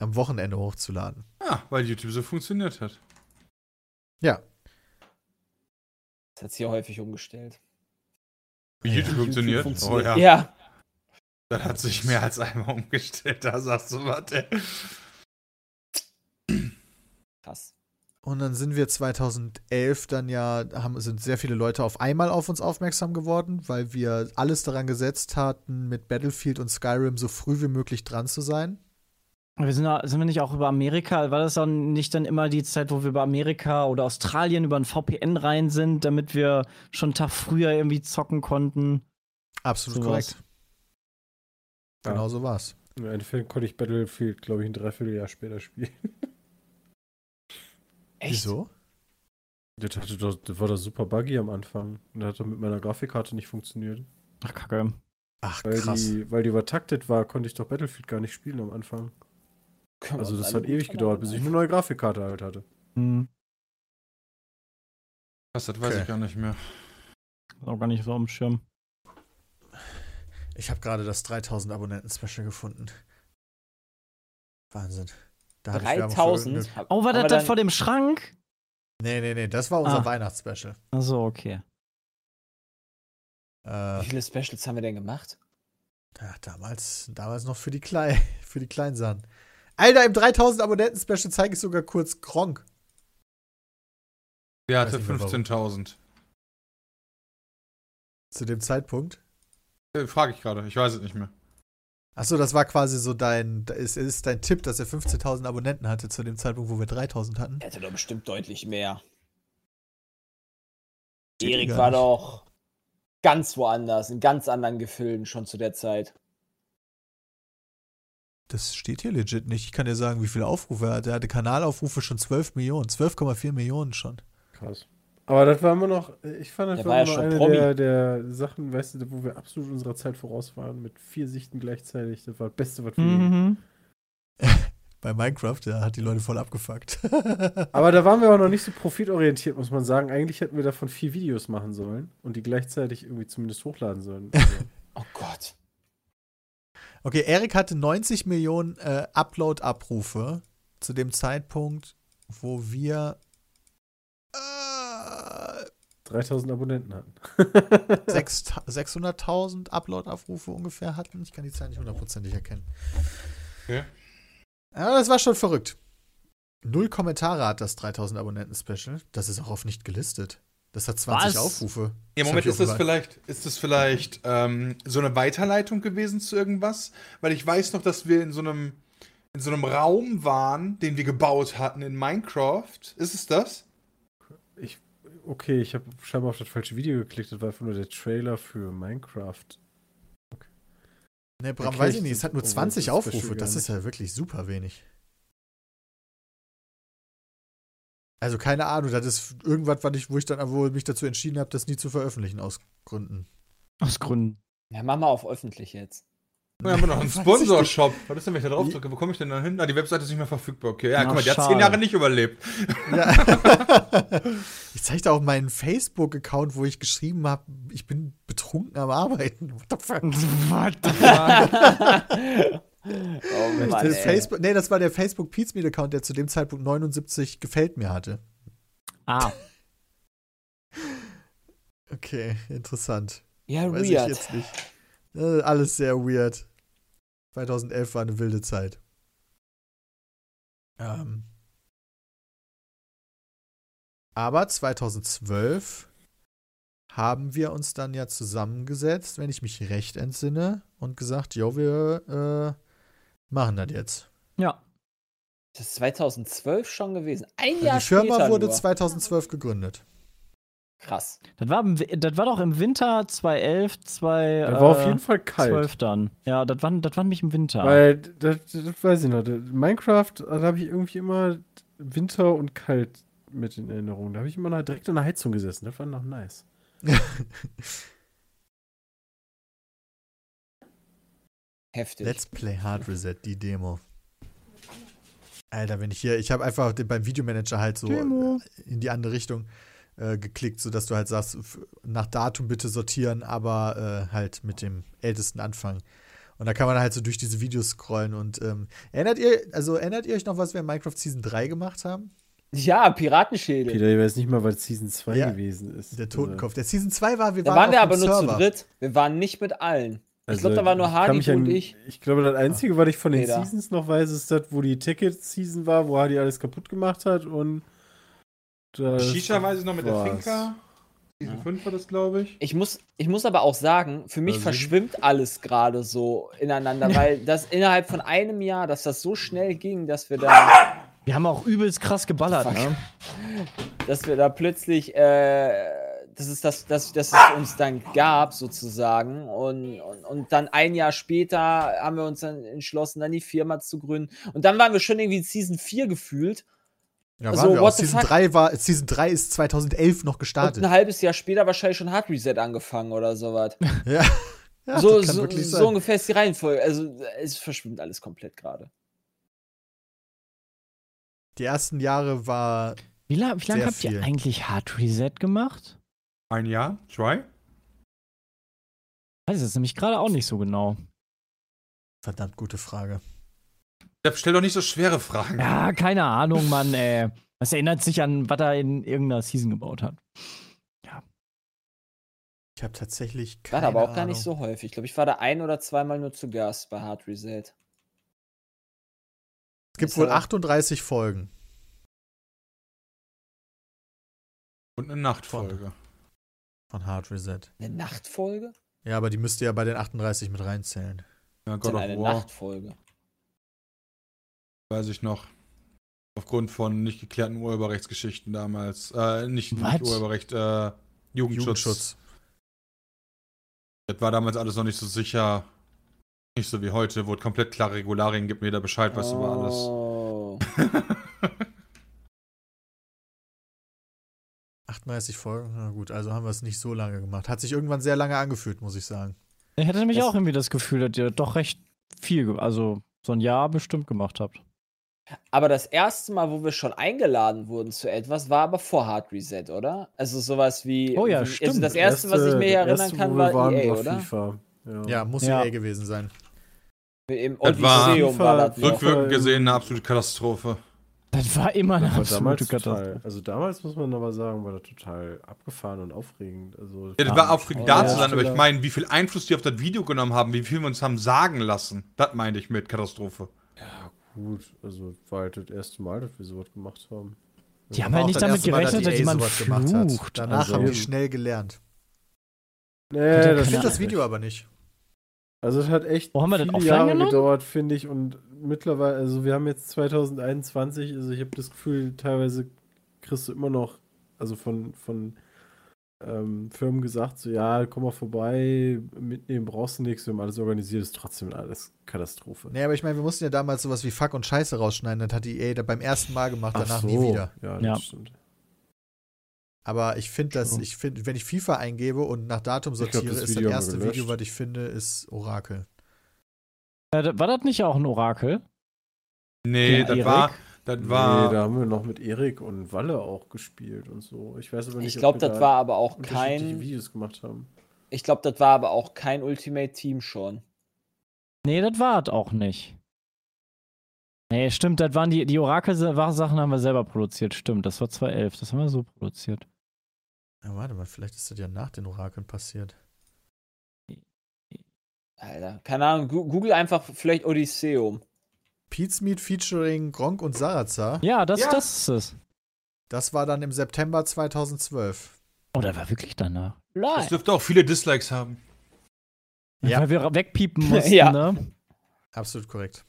am Wochenende hochzuladen. Ja, Ah, weil YouTube so funktioniert hat. Das hat sich ja häufig umgestellt. Wie YouTube funktioniert? funktioniert. Oh ja. ja. Das hat sich mehr als einmal umgestellt. Da sagst du, warte. Krass. Und dann sind wir 2011 dann ja, haben, sind sehr viele Leute auf einmal auf uns aufmerksam geworden, weil wir alles daran gesetzt hatten, mit Battlefield und Skyrim so früh wie möglich dran zu sein. Wir sind, da- sind wir nicht auch über Amerika? War das dann nicht dann immer die Zeit, wo wir über Amerika oder Australien über ein VPN rein sind, damit wir schon einen Tag früher irgendwie zocken konnten? Absolut So war's. korrekt. Genau so war's. Im Endeffekt konnte ich Battlefield, glaube ich, ein Dreivierteljahr später spielen. [laughs] Echt? Wieso? Das, hatte doch, das war doch super buggy am Anfang. Und das hat doch mit meiner Grafikkarte nicht funktioniert. Ach, Kacke. Ach, Weil, krass. die, weil die übertaktet war, konnte ich doch Battlefield gar nicht spielen am Anfang. Können wir Also uns das alle hat gut ewig dran gedauert, bis ich eine erinnern. neue Grafikkarte halt hatte. Hm, Was, das weiß Okay. ich gar nicht mehr. ist auch gar nicht so am Schirm. Ich habe gerade das 3000 Abonnenten-Special gefunden. Wahnsinn. Da hatte ich Werbung für 3000. irgendeine- Oh, war das Aber das dann- vor dem Schrank? Nee, nee, nee, das war unser Ah. Weihnachtsspecial. Achso, okay. Äh, Wie viele Specials haben wir denn gemacht? Ja, damals, damals noch für die Klein, [laughs] für die Kleinsahen. Alter, im 3000 Abonnenten Special zeige ich sogar kurz Gronk. Der Weiß hatte nicht mehr, warum. 15.000. Zu dem Zeitpunkt. Äh, Frage ich gerade. Ich weiß es nicht mehr. Achso, das war quasi so dein, da ist, ist dein Tipp, dass er 15.000 Abonnenten hatte zu dem Zeitpunkt, wo wir 3.000 hatten. Der hatte doch bestimmt deutlich mehr. Sieht Erik gar war nicht. doch ganz woanders, in ganz anderen Gefilden schon zu der Zeit. Das steht hier legit nicht. Ich kann dir sagen, wie viele Aufrufe er hatte. Er hatte Kanalaufrufe schon 12 Millionen, 12,4 Millionen schon. Krass. Aber das war immer noch, ich fand, das Der war, war ja immer schon eine Promi. der, der Sachen, weißt du, wo wir absolut unserer Zeit voraus waren, mit vier Sichten gleichzeitig. Das war das Beste, was wir je- Mhm. Bei Minecraft, der hat die Leute voll abgefuckt. [laughs] Aber da waren wir auch noch nicht so profitorientiert, muss man sagen. Eigentlich hätten wir davon vier Videos machen sollen und die gleichzeitig irgendwie zumindest hochladen sollen. Also Oh Gott. Okay, Erik hatte 90 Millionen äh, Upload-Abrufe zu dem Zeitpunkt, wo wir äh, 3000 Abonnenten hatten. sechs- 600.000 Upload-Abrufe ungefähr hatten. Ich kann die Zahl nicht hundertprozentig erkennen. Okay. Ja, das war schon verrückt. Null Kommentare hat das 3000 Abonnenten-Special. Das ist auch auf nicht gelistet. Das hat 20 Was? Aufrufe. Im Das Moment hab ich ist das auch vielleicht, ist das vielleicht ähm, so eine Weiterleitung gewesen zu irgendwas, weil ich weiß noch, dass wir in so einem in so einem Raum waren, den wir gebaut hatten in Minecraft. Ist es das? Okay, ich habe scheinbar auf das falsche Video geklickt. Das war einfach nur der Trailer für Minecraft. Nee, Bram, Okay, weiß ich ich- nicht. Es hat nur oh, 20 das ist bestimmt Aufrufe. gar Das ist ja wirklich super wenig. Also keine Ahnung, das ist irgendwas, was ich, wo ich dann wohl mich dazu entschieden habe, das nie zu veröffentlichen aus Gründen. Aus [laughs] Gründen. Ja, mach mal auf [laughs] öffentlich jetzt. Wir haben wir [laughs] noch einen Weiß ich Sponsorshop. Was ist denn, wenn ich da drauf drücke? Wo komme ich denn da hin? Ah, die Webseite ist nicht mehr verfügbar. Okay, ja, Na, guck mal, der hat zehn schade. Jahre nicht überlebt. [laughs] Ja. ich zeige da auch meinen Facebook-Account, wo ich geschrieben habe, ich bin betrunken am Arbeiten. What the fuck? What [laughs] the fuck? Oh Mann, das, ey. Facebook, nee, das war der Facebook Pete's Meet Account, der zu dem Zeitpunkt 79 gefällt mir hatte. ah, Okay, interessant. Ja, Weiß weird. ich jetzt nicht. Äh, Alles sehr weird. 2011 war eine wilde Zeit. Ähm. Aber 2012 haben wir uns dann ja zusammengesetzt, wenn ich mich recht entsinne, und gesagt, jo, wir äh, machen das jetzt. ja. Das ist 2012 schon gewesen. Ein Die Jahr Firma später wurde nur. [laughs] 2012 gegründet. Krass. Das war, im Wi- das war doch im Winter 2011, 2. Der war auf jeden Fall kalt. 12 dann. Ja, das war, das war nämlich im Winter. Weil, das, das weiß ich noch. das- Minecraft, da habe ich irgendwie immer Winter und kalt mit in Erinnerung. Da habe ich immer noch direkt in der Heizung gesessen. Das war noch nice. Heftig. Let's Play Hard Reset, die Demo. Alter, wenn ich hier, ich habe einfach den, beim Videomanager halt so Demo. äh, in die andere Richtung äh, geklickt, sodass du halt sagst, f- nach Datum bitte sortieren, aber äh, halt mit dem ältesten anfangen. Und da kann man halt so durch diese Videos scrollen und ähm, erinnert ihr, also erinnert ihr euch noch, was wir in Minecraft Season 3 gemacht haben? Ja, Piratenschädel. Peter, ich weiß nicht mal, was Season 2 Ja, gewesen ist. Also, Der Totenkopf. Der Season 2 war, wir Da waren, waren wir auf aber dem nur Server. zu dritt. Wir waren nicht mit allen. Also, ich glaube, da war nur ich kann mich Hardy und an- ich. Ich glaube, das Einzige, was ich von den Peter. Seasons noch weiß, ist das, wo die Ticket-Season war, wo Hardy alles kaputt gemacht hat und. das- Shisha weiß ich noch mit war's. der Finca. Season 5 war das, glaube ich. Ich muss, ich muss aber auch sagen, für mich Also- verschwimmt alles gerade so ineinander, [laughs] weil das innerhalb von einem Jahr, dass das so schnell ging, dass wir da, Wir haben auch übelst krass geballert, ne? dass wir da plötzlich, äh, dass es das, dass, dass es uns dann gab sozusagen und, und, und dann ein Jahr später haben wir uns dann entschlossen, dann die Firma zu gründen und dann waren wir schon irgendwie in Season 4 gefühlt Ja, waren Also, wir auch. what the Season fuck? 3 war, Season 3 ist 2011 noch gestartet. und ein halbes Jahr später wahrscheinlich schon Hard Reset angefangen oder sowas. Ja. Ja, so, das kann so, wirklich so sein. ungefähr ist die Reihenfolge. Also es verschwimmt alles komplett gerade. Die ersten Jahre war Wie, la wie lange Sehr habt viel. ihr eigentlich Hard Reset gemacht? Ein Jahr, Try. Weiß es nämlich gerade auch nicht so genau. verdammt gute Frage. Depp, Stell doch nicht so schwere Fragen. Ja, keine Ahnung, Mann, ey. Das erinnert sich an, was er in irgendeiner Season gebaut hat. Ich habe tatsächlich War keine da aber auch Ahnung. gar nicht so häufig. Ich glaube, ich war da ein oder zweimal nur zu Gast bei Hard Reset. Es gibt Ist wohl aber- 38 Folgen. Und eine Nachtfolge. von Hard Reset. Eine Nachtfolge? Ja, aber die müsst ihr ja bei den 38 mit reinzählen. Ja, Dann God of eine War, Nachtfolge. weiß ich noch. Aufgrund von nicht geklärten Urheberrechtsgeschichten damals. Äh, nicht, Was? nicht Urheberrecht, äh, Jugendschutz. Jugendschutz. Das war damals alles noch nicht so sicher. Nicht so wie heute, wo es komplett klare Regularien gibt, mir da Bescheid, weißt du, Halt über alles. Oh. 38 Folgen, na gut, also haben wir es nicht so lange gemacht. Hat sich irgendwann sehr lange angefühlt, muss ich sagen. Ich hatte nämlich Das- auch irgendwie das Gefühl, dass ihr doch recht viel, ge- also so ein Jahr bestimmt gemacht habt. Aber das erste Mal, wo wir schon eingeladen wurden zu etwas, war aber vor Hard Reset, oder? Also sowas wie. Oh ja, wie, stimmt. Also das erste, was ich mir erinnern das erste, kann, wo war wir waren, EA, war oder? FIFA. Ja, muss Ja. EA gewesen sein. Im Das war- Odysseum war, das noch. [laughs] FIFA- Rückwirkend gesehen eine absolute Katastrophe. [laughs] Das war immer eine Das war absolute damals total- Katastrophe. Also damals muss man aber sagen, war das total abgefahren und aufregend. Also, Ja, das war aufregend da Ja, zu sein, aber ich stimmt. meine, wie viel Einfluss die auf das Video genommen haben, wie viel wir uns haben sagen lassen. Das meinte ich mit Katastrophe. gut. Also war halt das erste Mal, dass wir sowas gemacht haben. Die haben War halt auch nicht das damit erste Mal, gerechnet, dass EA jemand sowas flucht. Danach also, haben die schnell gelernt. Nee, ja Ich keine finde das Ahnung. Video aber nicht. Also es hat echt Wo haben wir das viele offline Jahre genommen? gedauert, finde ich. Und mittlerweile, also wir haben jetzt 2021, also ich habe das Gefühl, teilweise kriegst du immer noch, also von, von ähm, Firmen gesagt, so ja, komm mal vorbei, mitnehmen brauchst du nichts, wir haben alles organisiert, ist trotzdem alles Katastrophe. Nee, aber ich meine, wir mussten ja damals sowas wie Fuck und Scheiße rausschneiden. Das hat die EA da beim ersten Mal gemacht, danach nie wieder. Ja, das Ja. stimmt. Aber ich finde das, True. ich finde, wenn ich FIFA eingebe und nach Datum glaub, sortiere, das ist das Video haben wir erste Video, gelöscht. was ich finde, ist Orakel. Äh, da- war das nicht auch ein Orakel? Nee, Ja, das Erik? war. Das war. nee, da haben wir noch mit Erik und Walle auch gespielt und so. Ich weiß aber nicht, Ich glaube, ob wir das da war aber auch unterschiedliche kein. Videos gemacht haben. Ich glaube, das war aber auch kein Ultimate Team schon. Nee, das war das auch nicht. Nee, stimmt, das waren die, die Orakel-Sachen haben wir selber produziert, stimmt. Das war 2011, das haben wir so produziert. Ja, warte mal, vielleicht ist das ja nach den Orakeln passiert. Alter, keine Ahnung, gu- google einfach vielleicht Odysseum. [laughs] Pete's Meat featuring Gronk und Sarazar. Ja, das, Ja. das ist es. Das war dann im September 2012. Oh, da war wirklich danach. Das Nein. dürfte auch viele Dislikes haben. Ja. Weil wir [laughs] wegpiepen mussten, Ja. ne? Absolut korrekt.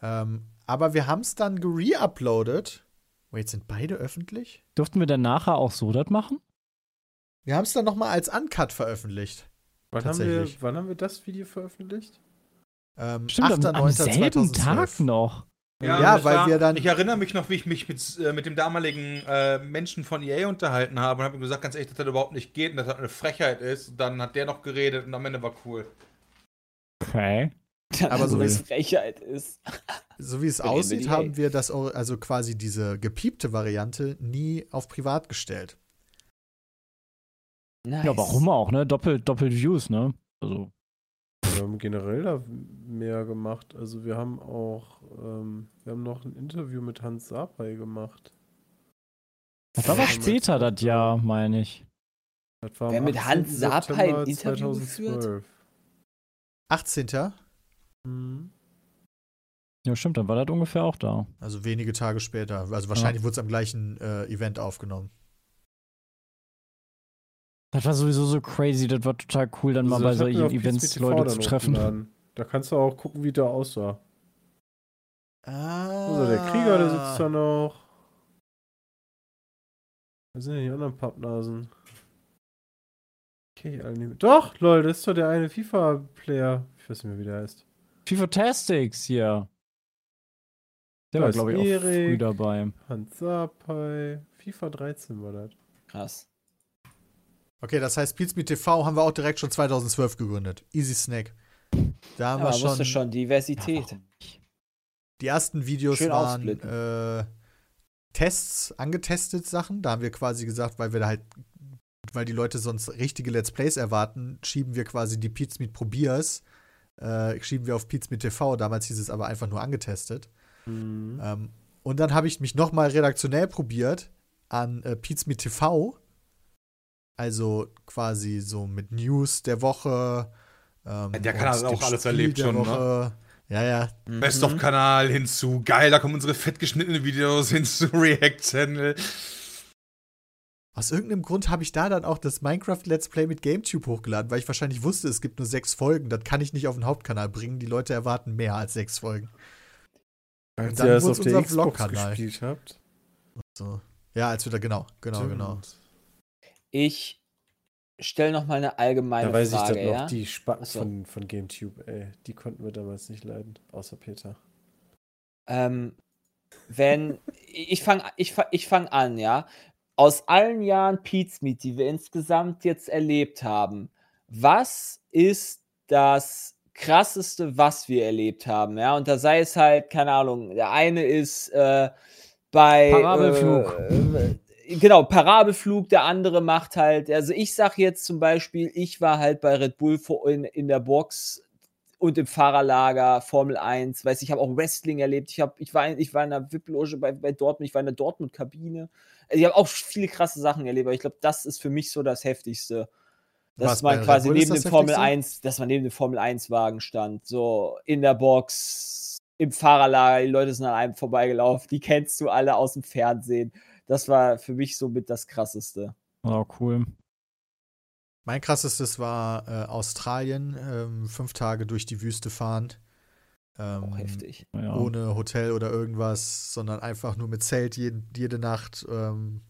Ähm, aber wir haben es dann gere-uploadet Wait, sind beide öffentlich? Durften wir dann nachher auch so das machen? Wir haben es dann nochmal als Uncut veröffentlicht. Wann haben, wir, Tatsächlich. wann haben wir das Video veröffentlicht? Ähm, Stimmt, am, am 8.9.2012. selben Tag noch. Ja, das weil wir dann- Ich erinnere mich noch, wie ich mich mit, äh, mit dem damaligen äh, Menschen von EA unterhalten habe und habe ihm gesagt, ganz ehrlich, dass das überhaupt nicht geht und dass das eine Frechheit ist. Und dann hat der noch geredet und am Ende war cool. Okay. Aber so so wie- es Frechheit ist. So wie es Für aussieht, NBA. haben wir das, Or- also quasi diese gepiepte Variante, nie auf privat gestellt. Nice. Ja, warum auch, ne? Doppelt, doppelt Views, ne? Also, Wir haben generell da mehr gemacht. Also wir haben auch, ähm, wir haben noch ein Interview mit Hans Sapai gemacht. das war aber später das Jahr, meine ich. Das war am Wer mit Hans 18. Sapai ein September Interview geführt? 2012. 18. Mhm. Ja, stimmt, dann war das ungefähr auch da. Also wenige Tage später. Also wahrscheinlich wurde es am gleichen äh, Event aufgenommen. Das war sowieso so crazy, das war total cool, dann mal Also bei das hatten wir solchen auf Events PSP TV Leute dann zu treffen. hochgeladen. Da kannst du auch gucken, wie der aussah. Ah. Also der Krieger, der sitzt da noch. Wo sind denn die anderen Pappnasen? Okay, ich alle nicht. Doch, lol, das ist doch der eine FIFA-Player. Ich weiß nicht mehr, wie der heißt. FIFA Tastics hier. Der Da war, ist glaube ich, auch früh Erik. dabei. Hans Sapai. FIFA 13 war das. Krass. Okay, das heißt, Pizmi TV haben wir auch direkt schon 2012 gegründet. Easy Snack. Da haben Aber wir man wusste schon, schon, Diversität. warum nicht? Die ersten Videos Schön waren aufsplitten. äh, Tests, angetestet Sachen. Da haben wir quasi gesagt, weil wir da halt, weil die Leute sonst richtige Let's Plays erwarten, schieben wir quasi die Pizza mit Probiers, äh, schieben wir auf Pizza mit TV. Damals hieß es aber einfach nur angetestet. Mhm. Ähm, und dann habe ich mich nochmal redaktionell probiert an äh, Pizza mit TV. Also quasi so mit News der Woche. Ähm, Ja, der kann und also auch dem alles erlebt der schon, ne? Woche. Ja, ja. Best Mhm. of Kanal hinzu. Geil, da kommen unsere fett geschnittenen Videos hinzu. [laughs] React Channel. Aus irgendeinem Grund habe ich da dann auch das Minecraft Let's Play mit GameTube hochgeladen, weil ich wahrscheinlich wusste, es gibt nur sechs Folgen. Das kann ich nicht auf den Hauptkanal bringen. Die Leute erwarten mehr als sechs Folgen. Als dann ihr das wurd's auf der unser Xbox Vlog-Kanal. gespielt habt. So. Ja, als wir da, genau, genau, genau. Stimmt. Ich stelle noch mal eine allgemeine Da weiß ich Frage. dann noch, ja? die Spacken Ach so. von, von GameTube, ey. Die konnten wir damals nicht leiden. Außer Peter. Ähm, wenn ich fange ich fang, ich fang an, ja. Aus allen Jahren Pizmeet, die wir insgesamt jetzt erlebt haben, was ist das krasseste, was wir erlebt haben? Ja, und da sei es halt, keine Ahnung, der eine ist äh, bei. Parabelflug. Äh, äh, genau, Parabelflug, der andere macht halt. Also, ich sag jetzt zum Beispiel, ich war halt bei Red Bull vor, in, in der Box und im Fahrerlager, Formel 1, weiß ich, habe auch Wrestling erlebt. Ich, hab, ich, war, in- ich war in einer VIP-Loge bei, bei Dortmund, ich war in der Dortmund-Kabine. Also ich habe auch viele krasse Sachen erlebt, aber ich glaube, das ist für mich so das Heftigste. Dass Was, bei man Red quasi Bull ist neben das dem Formel Heftigste? 1, dass man neben dem Formel 1-Wagen stand, so in der Box, im Fahrerlager, die Leute sind an einem vorbeigelaufen, die kennst du alle aus dem Fernsehen. Das war für mich so mit das krasseste. Oh, cool. Mein krassestes war äh, Australien, ähm, fünf Tage durch die Wüste fahren. Ähm, Auch heftig. Ja. Ohne Hotel oder irgendwas, sondern einfach nur mit Zelt jede, jede Nacht. Ähm,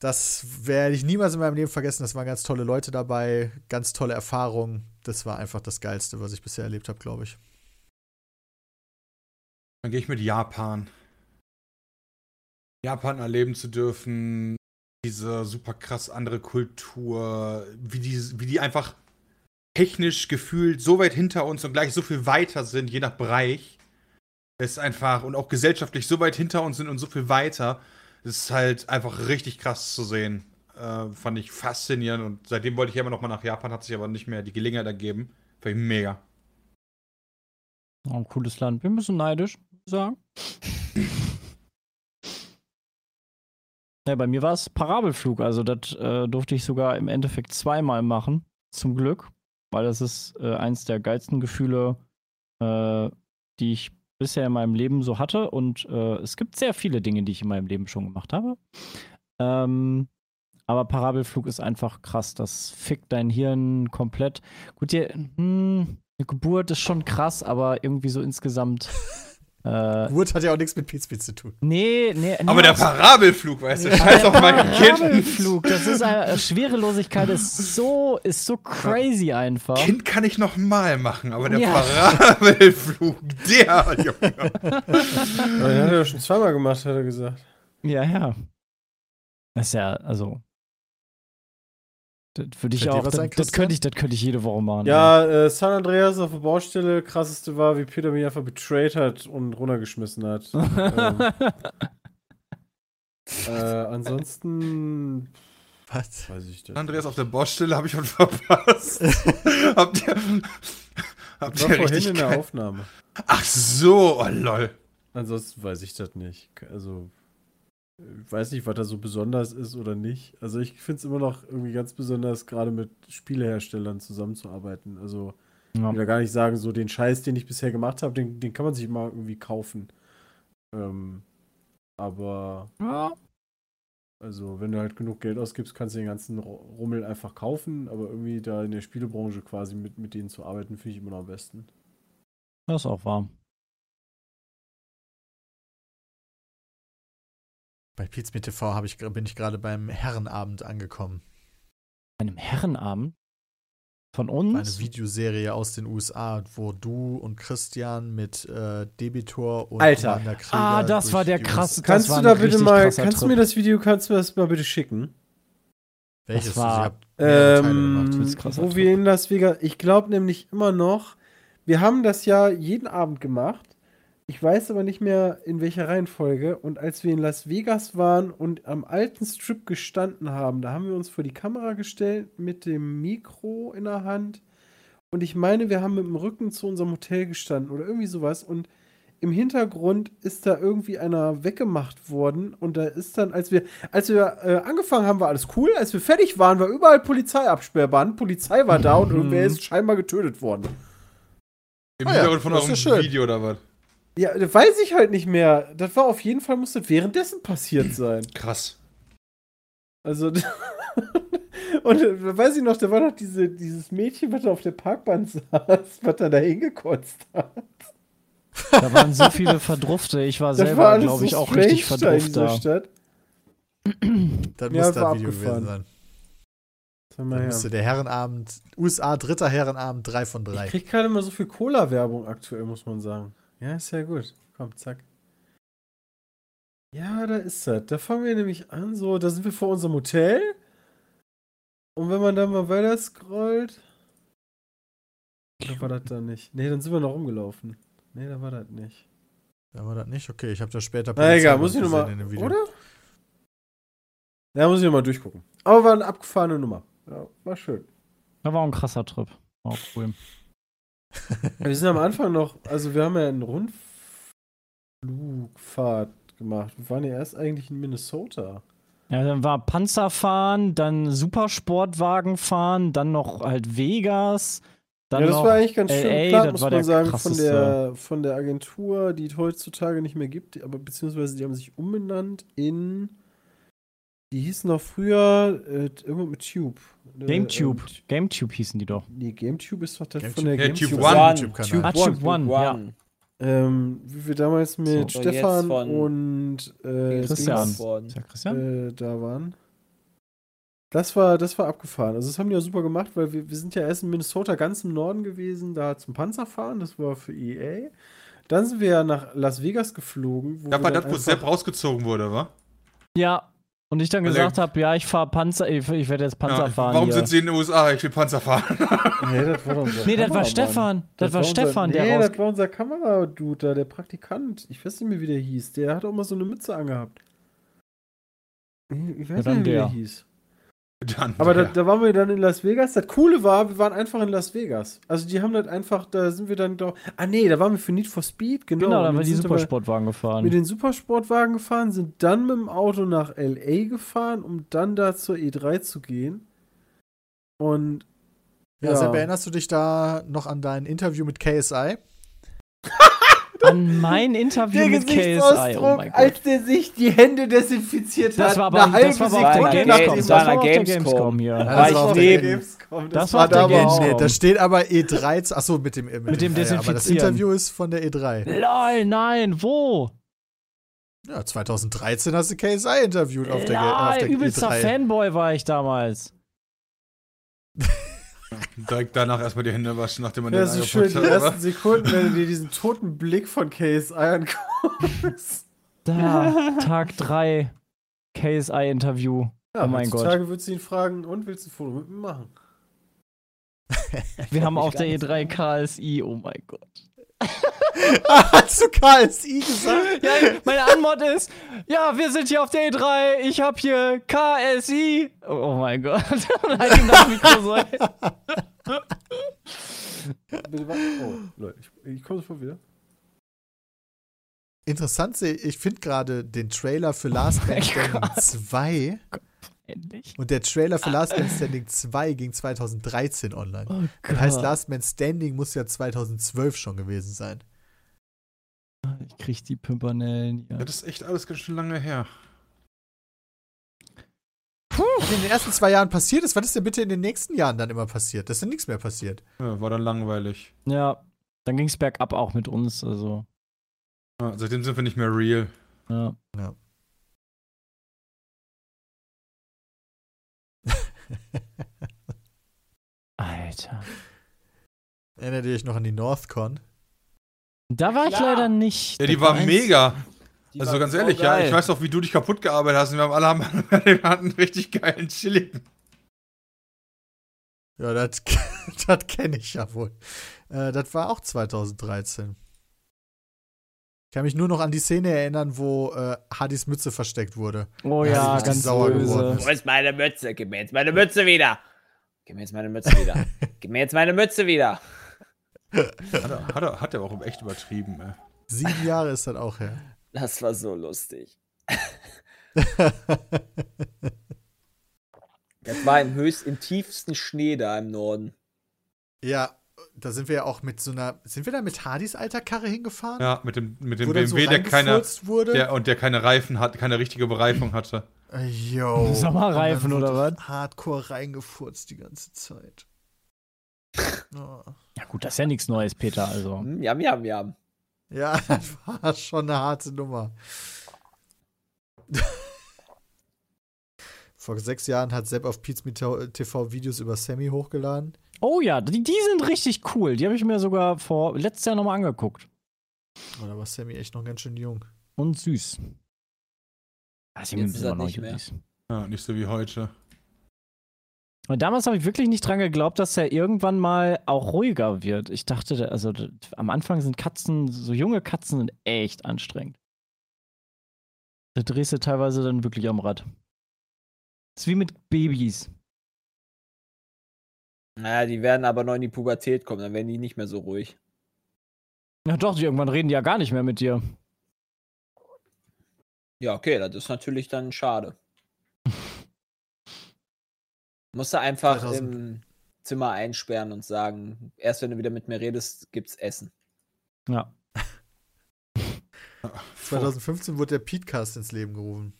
das werde ich niemals in meinem Leben vergessen. Das waren ganz tolle Leute dabei, ganz tolle Erfahrungen. Das war einfach das Geilste, was ich bisher erlebt habe, glaube ich. Dann gehe ich mit Japan. Japan erleben zu dürfen, diese super krass andere Kultur, wie die, wie die einfach technisch gefühlt so weit hinter uns und gleich so viel weiter sind, je nach Bereich, ist einfach und auch gesellschaftlich so weit hinter uns sind und so viel weiter, ist halt einfach richtig krass zu sehen. Äh, fand ich faszinierend und seitdem wollte ich ja immer noch mal nach Japan, hat sich aber nicht mehr die Gelegenheit ergeben. Fand ich mega. Oh, ein cooles Land. Wir müssen neidisch muss ich sagen. Ja, bei mir war es Parabelflug. Also, das äh, durfte ich sogar im Endeffekt zweimal machen. Zum Glück. Weil das ist äh, eins der geilsten Gefühle, äh, die ich bisher in meinem Leben so hatte. Und äh, es gibt sehr viele Dinge, die ich in meinem Leben schon gemacht habe. Ähm, aber Parabelflug ist einfach krass. Das fickt dein Hirn komplett. Gut, die, hm, eine Geburt ist schon krass, aber irgendwie so insgesamt [laughs] Äh, Wood hat ja auch nichts mit Pizpit zu tun. nee, nee. Aber der Parabelflug, weißt Also du, scheiß auf mein Kind. Parabelflug, das ist äh, Schwerelosigkeit ist so, ist so crazy einfach. Kind kann ich noch mal machen, aber der Ja. Parabelflug, der, Junge. Aber den hat er [laughs] ja schon zweimal gemacht, hat er gesagt. Ja, ja. Das ist ja, also. Das würde ich Fällt dir auch. was Das, ein, das, Christian? könnte ich, das könnte ich jede Woche machen. Ja, äh, San Andreas auf der Baustelle, krasseste war, wie Peter mich einfach betrayed hat und [laughs] runtergeschmissen hat. [laughs] ähm, äh, ansonsten Was? [laughs] weiß ich das. Andreas auf der Baustelle habe ich schon verpasst. habt ihr, habt war ihr vorhin richtig in der geil- Aufnahme. Ach so, oh lol. Ansonsten weiß ich das nicht. Also, ich weiß nicht, was da so besonders ist oder nicht. Also, ich finde es immer noch irgendwie ganz besonders, gerade mit Spieleherstellern zusammenzuarbeiten. Also, ich will Ja. da gar nicht sagen, so den Scheiß, den ich bisher gemacht habe, den, den kann man sich mal irgendwie kaufen. Ähm, aber, Ja. also, wenn du halt genug Geld ausgibst, kannst du den ganzen Ru- Rummel einfach kaufen. Aber irgendwie da in der Spielebranche quasi mit, mit denen zu arbeiten, finde ich immer noch am besten. Das ist auch warm. Bei Pizpit TV hab ich, bin ich gerade beim Herrenabend angekommen. Bei einem Herrenabend von Eine uns. Videoserie aus den USA, wo du und Christian mit äh, Debitor und Alter. Commander Krieger Ah, das durch war der die krass. US- das Kannst war du ein da bitte richtig mal, krasser kannst du Trip. mir das Video, kannst du das mal bitte schicken? Welches? Das war- ich hab mehrere Teile gemacht. Ähm, Wird's krasser wo Druck. wir in Las Vegas, ich glaube nämlich immer noch, wir haben das ja jeden Abend gemacht. Ich weiß aber nicht mehr in welcher Reihenfolge. Und als wir in Las Vegas waren und am alten Strip gestanden haben, da haben wir uns vor die Kamera gestellt mit dem Mikro in der Hand. Und ich meine, wir haben mit dem Rücken zu unserem Hotel gestanden oder irgendwie sowas. Und im Hintergrund ist da irgendwie einer weggemacht worden und da ist dann, als wir, als wir äh, angefangen haben, war alles cool. Als wir fertig waren, war überall Polizeiabsperrbahn. Polizei war da Mhm. und irgendwer ist scheinbar getötet worden. Im Ah ja, Hintergrund von das ist eurem schön. Video oder was? Ja, das weiß ich halt nicht mehr. Das war auf jeden Fall, musste währenddessen passiert sein. Krass. Also. [laughs] Und äh, weiß ich noch, da war noch diese, dieses Mädchen, was da auf der Parkbank [laughs] saß, was da da hingekotzt hat. Da waren so viele Verdrufte. Ich war Das selber, glaube ich, auch richtig strange da in verdruft dieser da. Stadt. Dann Ja, muss war das Video abgefahren. gewesen sein. Sag mal Dann her. müsste der Herrenabend, USA, dritter Herrenabend, 3 von 3. Ich krieg gerade immer so viel Cola-Werbung aktuell, muss man sagen. Ja, ist ja gut. Komm, zack. Ja, da ist das. Da fangen wir nämlich an, so, da sind wir vor unserem Hotel. Und wenn man dann mal weiter scrollt. Da war das da nicht. Nee, dann sind wir noch rumgelaufen. Nee, da war das nicht. Dann war das nicht? Okay, ich habe das später Na egal, Polizeibild muss ich gesehen in nochmal. dem Video. Oder? Ja, muss ich nochmal durchgucken. Aber war eine abgefahrene Nummer. Ja, war schön. Da war ein krasser Trip. War Auch cool. Wir sind am Anfang noch, also wir haben ja eine Rundflugfahrt gemacht. Wir waren ja erst eigentlich in Minnesota. Ja, dann war Panzerfahren, dann Supersportwagen fahren, dann noch halt Vegas. Dann ja, das noch war eigentlich ganz schön LA, geplant, das muss war man der sagen, von krasseste. der, von der Agentur, die es heutzutage nicht mehr gibt, die- aber beziehungsweise die haben sich umbenannt in. Die hießen noch früher äh, irgendwo mit Tube. Äh, GameTube. ähm, GameTube hießen die doch. nee, GameTube ist doch das GameTube. von der Ja, Tube GameTube. One. One. YouTube-Kanal. Ah, Tube One, ja. ähm, wie wir damals mit So, jetzt Stefan von und äh, Christian. Dings- Ist ja Christian? äh, da waren. Das war, das war abgefahren. Also, das haben die ja super gemacht, weil wir, wir sind ja erst in Minnesota ganz im Norden gewesen, da zum Panzerfahren, das war für EA. Dann sind wir ja nach Las Vegas geflogen. Wo Da wir war dann das, wo einfach- Sepp rausgezogen wurde, wa? Ja. Und ich dann Also- gesagt habe, ja, ich fahre Panzer, ich, ich werde jetzt Panzer Ja, fahren. warum hier. sind sie in den USA? Ich will Panzer fahren. [laughs] [laughs] Nee, das war doch unser Nee, das war Kameramann. Stefan. Das, war unser- Stefan, Nee, der raus. das war unser Kameradude da, der Praktikant. Ich weiß nicht mehr, wie der hieß. Der hat auch mal so eine Mütze angehabt. Ich weiß dann nicht, wie der der. hieß. Dann, Aber da, ja. da waren wir dann in Las Vegas. Das Coole war, wir waren einfach in Las Vegas. Also die haben das einfach, da sind wir dann doch. Ah nee, da waren wir für Need for Speed, genau. Genau, Und dann war die sind wir Supersportwagen gefahren. Mit den Supersportwagen gefahren, sind dann mit dem Auto nach LA gefahren, um dann da zur E3 zu gehen. Und Ja, Ja. Sepp, erinnerst du dich da noch an dein Interview mit KSI? an mein Interview Der mit KSI. Oh Gesichtsausdruck, mein Gott. als der sich die Hände desinfiziert Das hat, war aber, eine halbe das war aber auf der Sekunde Game- nachdem Gamescom. Das Das war war auf auf der Gamescom. Gamescom hier. Ja. war ich auf der neben. Gamescom, Das Ah, war da, der aber auch, Gamescom. da steht aber E E3, z- achso, mit dem, äh, mit Mit dem ja, aber das Desinfizieren. Interview ist von der E E3. Lol, nein, wo? Ja, 2013 hast du KSI interviewt auf der, Ge- auf Lol, der E übelster E3. Fanboy war ich damals. Direkt danach erstmal die Hände waschen, nachdem man Ja, den oh so schön die angepackt hat. ersten aber- Sekunden, wenn du dir diesen toten Blick von KSI anguckst. Da, Tag 3 KSI-Interview. Ja, Oh mein heutzutage würdest du ihn fragen, und willst du ein Foto mit mir machen? Wir haben mich auf gar der E nicht E3 KSI, oh mein Gott. [laughs] Hast du KSI gesagt? Ja, meine Anmod ist, ja, wir sind hier auf Day 3, ich hab hier KSI. Oh, oh mein Gott. [laughs] Und halt ihm das Mikro so. ein. Bitte wa- Oh, Leute, ich, ich komme sofort wieder. Interessant, seh- ich finde gerade den Trailer für Oh Last Man Standing 2 Endlich. und der Trailer für Last Man Standing 2 ging 2013 online. Oh Gott. Das heißt, Last Man Standing muss ja 2012 schon gewesen sein. ich krieg die Pimpernellen. Ja. Das ist echt alles ganz schön lange her. Was in den ersten zwei Jahren passiert ist, was ist denn bitte in den nächsten Jahren dann immer passiert? Dass dann nichts mehr passiert. Ja, war dann langweilig. ja, dann ging's bergab auch mit uns. Also, Ja, seitdem sind wir nicht mehr real. ja. Alter. Erinnert ihr euch noch an die NorthCon? Da war ich Klar. leider nicht. Ja, die Da war eins- mega. Die Also waren ganz ehrlich, ja, saugeil. ich weiß noch, wie du dich kaputt gearbeitet hast. und Wir haben alle haben, [laughs] wir hatten einen richtig geilen Chili. Ja, das, [laughs] das kenne ich ja wohl. Äh, das war auch 2013. Ich kann mich nur noch an die Szene erinnern, wo äh, Hadis Mütze versteckt wurde. Oh Ja, sie ja, ist ganz sauer böse. geworden. Wo ist meine Mütze? Gib mir jetzt meine Mütze wieder. Gib mir jetzt meine Mütze [laughs] wieder. Gib mir jetzt meine Mütze wieder. Hat er, hat er, hat er auch echt übertrieben, ey. [laughs] Sieben Jahre ist das auch her. [laughs] Das war so lustig. Das war im höchst, im tiefsten Schnee da im Norden. ja, da sind wir ja auch mit so einer. Sind wir da mit Hadis alter Karre hingefahren? Ja, mit dem, mit dem Wo dann so BMW, der keine, reingefurzt wurde? der, und der keine Reifen hat, keine richtige Bereifung hatte. Äh, [laughs] Yo. Sommerreifen Und dann oder wurde Hardcore reingefurzt die ganze [laughs] Zeit. Oh. Ja, gut, das ist ja nichts Neues, Peter. Also. Hm, jam, jam, jam. Ja, [laughs] das war schon eine harte Nummer. [laughs] Vor sechs Jahren hat Sepp auf Pete's Me Tau- TV Videos über Sammy hochgeladen. Oh ja, die, die sind richtig cool. Die habe ich mir sogar vor letztes Jahr nochmal angeguckt. Oh, da war Sammy echt noch ganz schön jung. Und süß. Ah, Jetzt sie haben ist immer er noch nicht mehr. Judis. Ja, nicht so wie heute. Und damals habe ich wirklich nicht dran geglaubt, dass er irgendwann mal auch ruhiger wird. Ich dachte, da- also da- am Anfang sind Katzen, so junge Katzen sind echt anstrengend. Da drehst du teilweise dann wirklich am Rad. Ist wie mit Babys. Naja, die werden aber noch in die Pubertät kommen, dann werden die nicht mehr so ruhig. Ja doch, die irgendwann reden die ja gar nicht mehr mit dir. Ja, okay, das ist natürlich dann schade. Musst du einfach 2000. im Zimmer einsperren und sagen, erst wenn du wieder mit mir redest, gibt's Essen. Ja. [clears throat] 2015 wurde der Petecast ins Leben gerufen.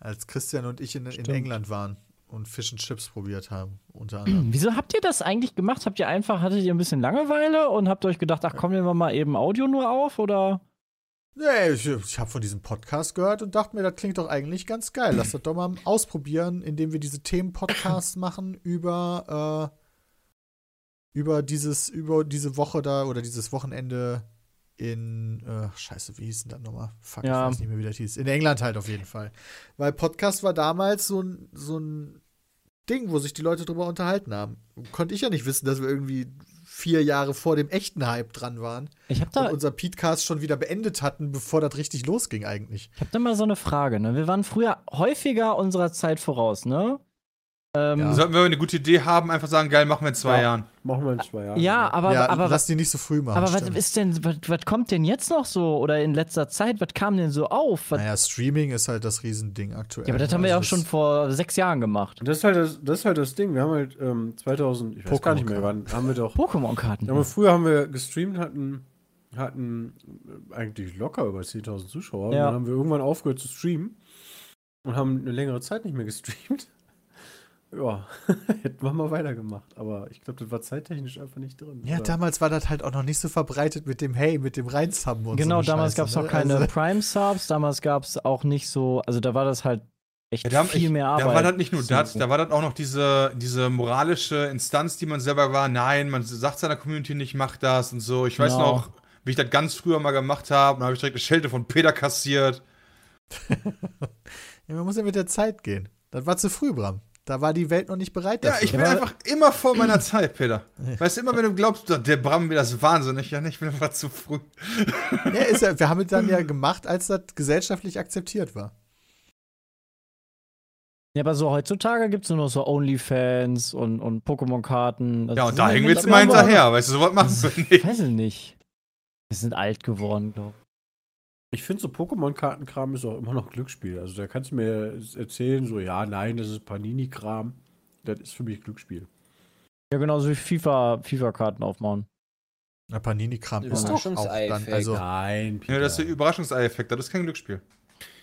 Als Christian und ich in, in Stimmt. England waren und Fish and Chips probiert haben, unter anderem. Wieso habt ihr das eigentlich gemacht? Habt ihr einfach, hattet ihr ein bisschen Langeweile und habt euch gedacht, ach komm, nehmen wir mal eben Audio nur auf oder? Nee, ich, ich habe von diesem Podcast gehört und dachte mir, das klingt doch eigentlich ganz geil. Lass das doch mal ausprobieren, indem wir diese Themen-Podcasts machen über, äh, über dieses, über diese Woche da oder dieses Wochenende in, äh, scheiße, wie hieß denn das nochmal? Fuck, Ja. ich weiß nicht mehr, wie das hieß. In England halt auf jeden Fall. Weil Podcast war damals so ein, so ein Ding, wo sich die Leute drüber unterhalten haben. Konnte ich ja nicht wissen, dass wir irgendwie vier Jahre vor dem echten Hype dran waren Ich hab da, und unser Petecast schon wieder beendet hatten, bevor das richtig losging eigentlich. Ich habe da mal so eine Frage. Ne? Wir waren früher häufiger unserer Zeit voraus, ne? Ähm, Ja. ja. Sollten wir eine gute Idee haben, einfach sagen, geil, machen wir in zwei Ja. Jahren. Machen wir in zwei Jahren. aber, ja, aber, lass was, die nicht so früh machen. aber was stimmt. ist denn, was, was kommt denn jetzt noch so oder in letzter Zeit, was kam denn so auf? Was, naja, Streaming ist halt das Riesending aktuell. ja, aber das haben wir ja auch Also schon das- vor sechs Jahren gemacht. Und das ist halt das, das, ist halt das Ding. Wir haben halt ähm, 2000, ich weiß gar nicht mehr wann, haben wir doch. Pokémon-Karten. Ja, aber früher haben wir gestreamt, hatten hatten äh, eigentlich locker über 10.000 Zuschauer. Und Ja. dann haben wir irgendwann aufgehört zu streamen und haben eine längere Zeit nicht mehr gestreamt. [laughs] Ja, [laughs] hätten wir mal weitergemacht. Aber ich glaube, das war zeittechnisch einfach nicht drin. Ja, damals war das halt auch noch nicht so verbreitet mit dem Hey, mit dem Reinsubben und Genau, so. eine Scheiße, damals gab es ne? noch keine Also, Prime-Subs, damals gab es auch nicht so, also da war das halt echt Ja, da, haben viel echt- mehr Arbeit. da war das nicht nur So. das, da war das auch noch diese, diese moralische Instanz, die man selber war. Nein, man sagt seiner Community nicht, mach das und so. Ich weiß Genau. noch, wie ich das ganz früher mal gemacht habe. Da habe ich direkt eine Schelte von Peter kassiert. ja, man muss ja mit der Zeit gehen. Das war zu früh, Bram. Da war die Welt noch nicht bereit Ja, dafür. ich bin Ja, aber- einfach immer vor meiner Zeit, [laughs] Peter. Weißt du, immer wenn du glaubst, der Bram mir das wahnsinnig. Ja, nee, ich bin einfach zu früh. ja, ist ja, wir haben es dann ja gemacht, als das gesellschaftlich akzeptiert war. Ja, aber so heutzutage gibt es nur noch so OnlyFans und, und Pokémon-Karten. Also Ja, das und da sind hängen wir jetzt immer mittlerweile- hinterher. Weißt du, sowas machst du Ich nicht. weiß es nicht. Wir sind alt geworden, glaube ich. Ich finde so Pokémon-Kartenkram ist auch immer noch Glücksspiel. Also da kannst du mir erzählen, so ja, nein, das ist Panini-Kram. Das ist für mich Glücksspiel. Ja, genauso wie FIFA, FIFA-Karten aufmauen. Na, Panini-Kram ist doch auch Überraschungsei dann. fake. Also, Nein, Ja, das ist der Überraschungsei-Effekt. Das ist kein Glücksspiel.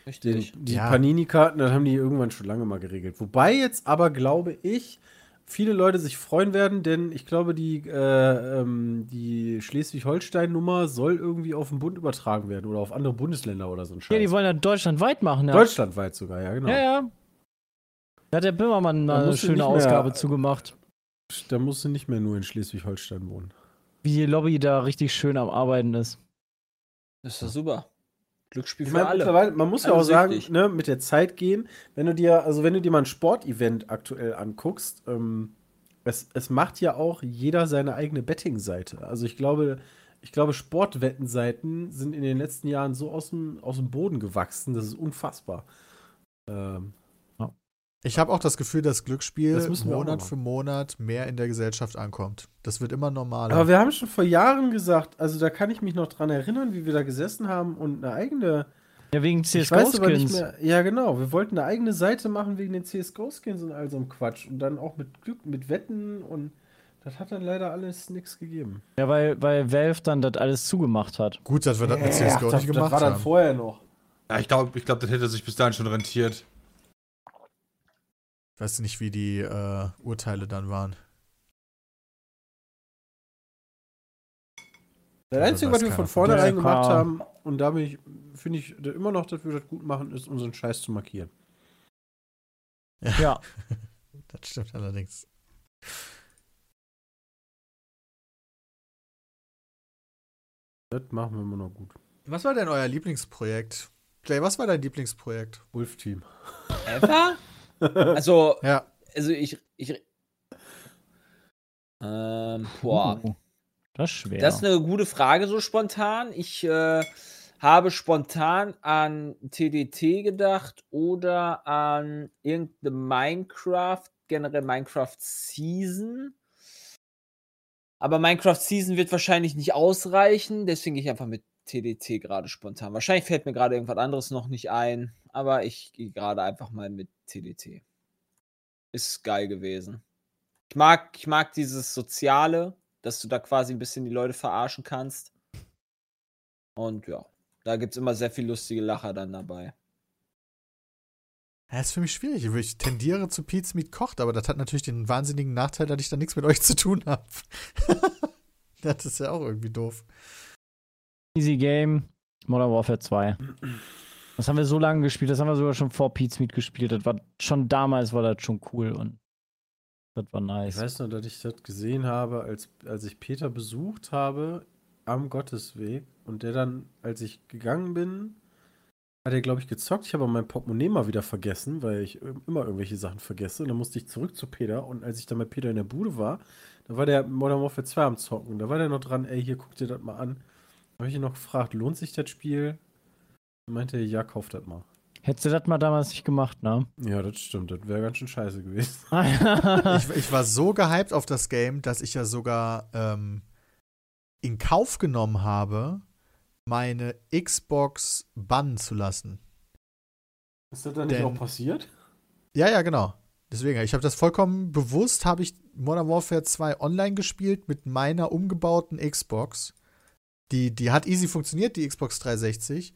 Die, Richtig. die Ja. Panini-Karten, das haben die irgendwann schon lange mal geregelt. Wobei jetzt aber, glaube ich, viele Leute sich freuen werden, denn ich glaube, die, äh, ähm, die Schleswig-Holstein-Nummer soll irgendwie auf den Bund übertragen werden oder auf andere Bundesländer oder so ein Ja, Scheiß. die wollen ja deutschlandweit machen. Ja, Deutschlandweit sogar, ja, genau. ja, ja. Da hat der Böhmermann Da mal eine musst du schöne nicht mehr- Ausgabe zugemacht. Da musst du nicht mehr nur in Schleswig-Holstein wohnen. Wie die Lobby da richtig schön am Arbeiten ist. Das ist doch super. Glücksspiel Ich für meine, alle. mittlerweile, man muss ja auch Alles sagen, richtig. ne, mit der Zeit gehen, wenn du dir, also wenn du dir mal ein Sportevent aktuell anguckst, ähm, es, es macht ja auch jeder seine eigene Betting-Seite. Also ich glaube, ich glaube, Sportwettenseiten sind in den letzten Jahren so aus dem, aus dem Boden gewachsen, das ist unfassbar. Ähm, ich habe auch das Gefühl, dass Glücksspiel Das müssen wir auch Monat noch. für Monat mehr in der Gesellschaft ankommt. Das wird immer normaler. aber wir haben schon vor Jahren gesagt, also da kann ich mich noch dran erinnern, wie wir da gesessen haben und eine eigene Ja, wegen Ich weiß aber nicht CSGO-Skins. mehr. Ja, genau. Wir wollten eine eigene Seite machen wegen den CSGO-Skins und all so einem Quatsch. Und dann auch mit Glück, mit Wetten und das hat dann leider alles nichts gegeben. Ja, weil, weil Valve dann das alles zugemacht hat. Gut, dass wir das mit Ach, CSGO das, nicht das gemacht war dann haben. vorher noch. Ja, ich glaube, ich glaub, das hätte sich bis dahin schon rentiert. Ich weiß nicht, wie die äh, Urteile dann waren. Das Ja, Einzige, das was kann wir von man- vornherein Ja, gemacht klar. haben, und da bin ich, finde ich da immer noch, dass wir das gut machen, ist, unseren Scheiß zu markieren. Ja. Das stimmt allerdings. Das machen wir immer noch gut. Was war denn euer Lieblingsprojekt? Jay, was war dein Lieblingsprojekt? Wolf-Team. Ever? Also, Ja. also ich. ich ähm, boah. Uh, das ist schwer. Das ist eine gute Frage so spontan. Ich äh, habe spontan an TDT gedacht oder an irgendeine Minecraft, generell Minecraft Season. Aber Minecraft Season wird wahrscheinlich nicht ausreichen, deswegen gehe ich einfach mit TDT gerade spontan. Wahrscheinlich fällt mir gerade irgendwas anderes noch nicht ein, aber ich gehe gerade einfach mal mit TDT. Ist geil gewesen. Ich mag, ich mag dieses Soziale, dass du da quasi ein bisschen die Leute verarschen kannst. Und ja, da gibt es immer sehr viel lustige Lacher dann dabei. Ja, ist für mich schwierig. Ich tendiere zu Pete's Meat kocht, aber das hat natürlich den wahnsinnigen Nachteil, dass ich da nichts mit euch zu tun habe. [laughs] das ist ja auch irgendwie doof. Easy Game, Modern Warfare 2. Das haben wir so lange gespielt, das haben wir sogar schon vor Pete's Meet gespielt. Das war schon damals war das schon cool und das war Ich nice. weiß noch, dass ich das gesehen habe, als, als ich Peter besucht habe am Gottesweg und der dann, als ich gegangen bin, hat er, glaube ich, gezockt. Ich habe aber mein Portemonnaie mal wieder vergessen, weil ich im- immer irgendwelche Sachen vergesse. Und dann musste ich zurück zu Peter. Und als ich dann bei Peter in der Bude war, da war der Modern Warfare 2 am Zocken. Da war der noch dran, ey, hier, guck dir das mal an. Da habe ich ihn noch gefragt, lohnt sich das Spiel? Dann meinte er, ja, kauf das mal. Hättest du das mal damals nicht [laughs] gemacht, ne? Ja, das stimmt. Das wäre ganz schön scheiße gewesen. Ich, ich war so gehypt auf das Game, dass ich ja sogar ähm, in Kauf genommen habe, meine Xbox bannen zu lassen. Ist das dann nicht Denn- auch passiert? Ja, ja, genau. Deswegen, ich habe das vollkommen bewusst, habe ich Modern Warfare 2 online gespielt mit meiner umgebauten Xbox, Die, die hat easy funktioniert, die Xbox 360.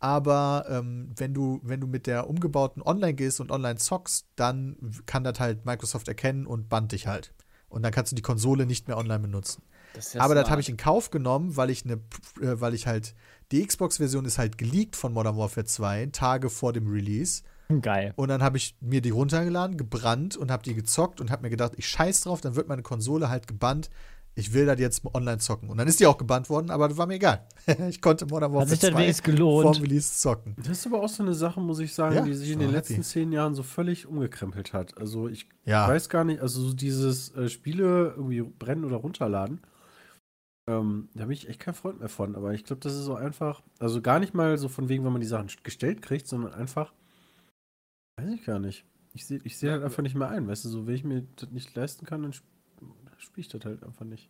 Aber ähm, wenn, du, wenn du mit der umgebauten online gehst und online zockst, dann kann das halt Microsoft erkennen und bannt dich halt. Und dann kannst du die Konsole nicht mehr online benutzen. Das ist ja Aber das smart. habe ich in Kauf genommen, weil ich eine, äh, weil ich halt, die Xbox-Version ist halt geleakt von Modern Warfare 2, Tage vor dem Release. Geil. Und dann habe ich mir die runtergeladen, gebrannt und habe die gezockt und habe mir gedacht, ich scheiß drauf, dann wird meine Konsole halt gebannt. Ich will das jetzt online zocken. Und dann ist die auch gebannt worden, aber das war mir egal. [laughs] ich konnte Modern Hat Warfare sich dann 2 wenigstens gelohnt. vorm Release zocken. Das ist aber auch so eine Sache, muss ich sagen, Ja, die sich in so den happy. letzten zehn Jahren so völlig umgekrempelt hat. Also ich Ja. weiß gar nicht, also so dieses äh, Spiele irgendwie brennen oder runterladen, ähm, da bin ich echt kein Freund mehr von. Aber ich glaube, das ist so einfach, also gar nicht mal so von wegen, wenn man die Sachen gestellt kriegt, sondern einfach, weiß ich gar nicht. Ich sehe ich seh halt einfach nicht mehr ein, weißt du, so wenn ich mir das nicht leisten kann, dann sp- spiele ich das halt einfach nicht.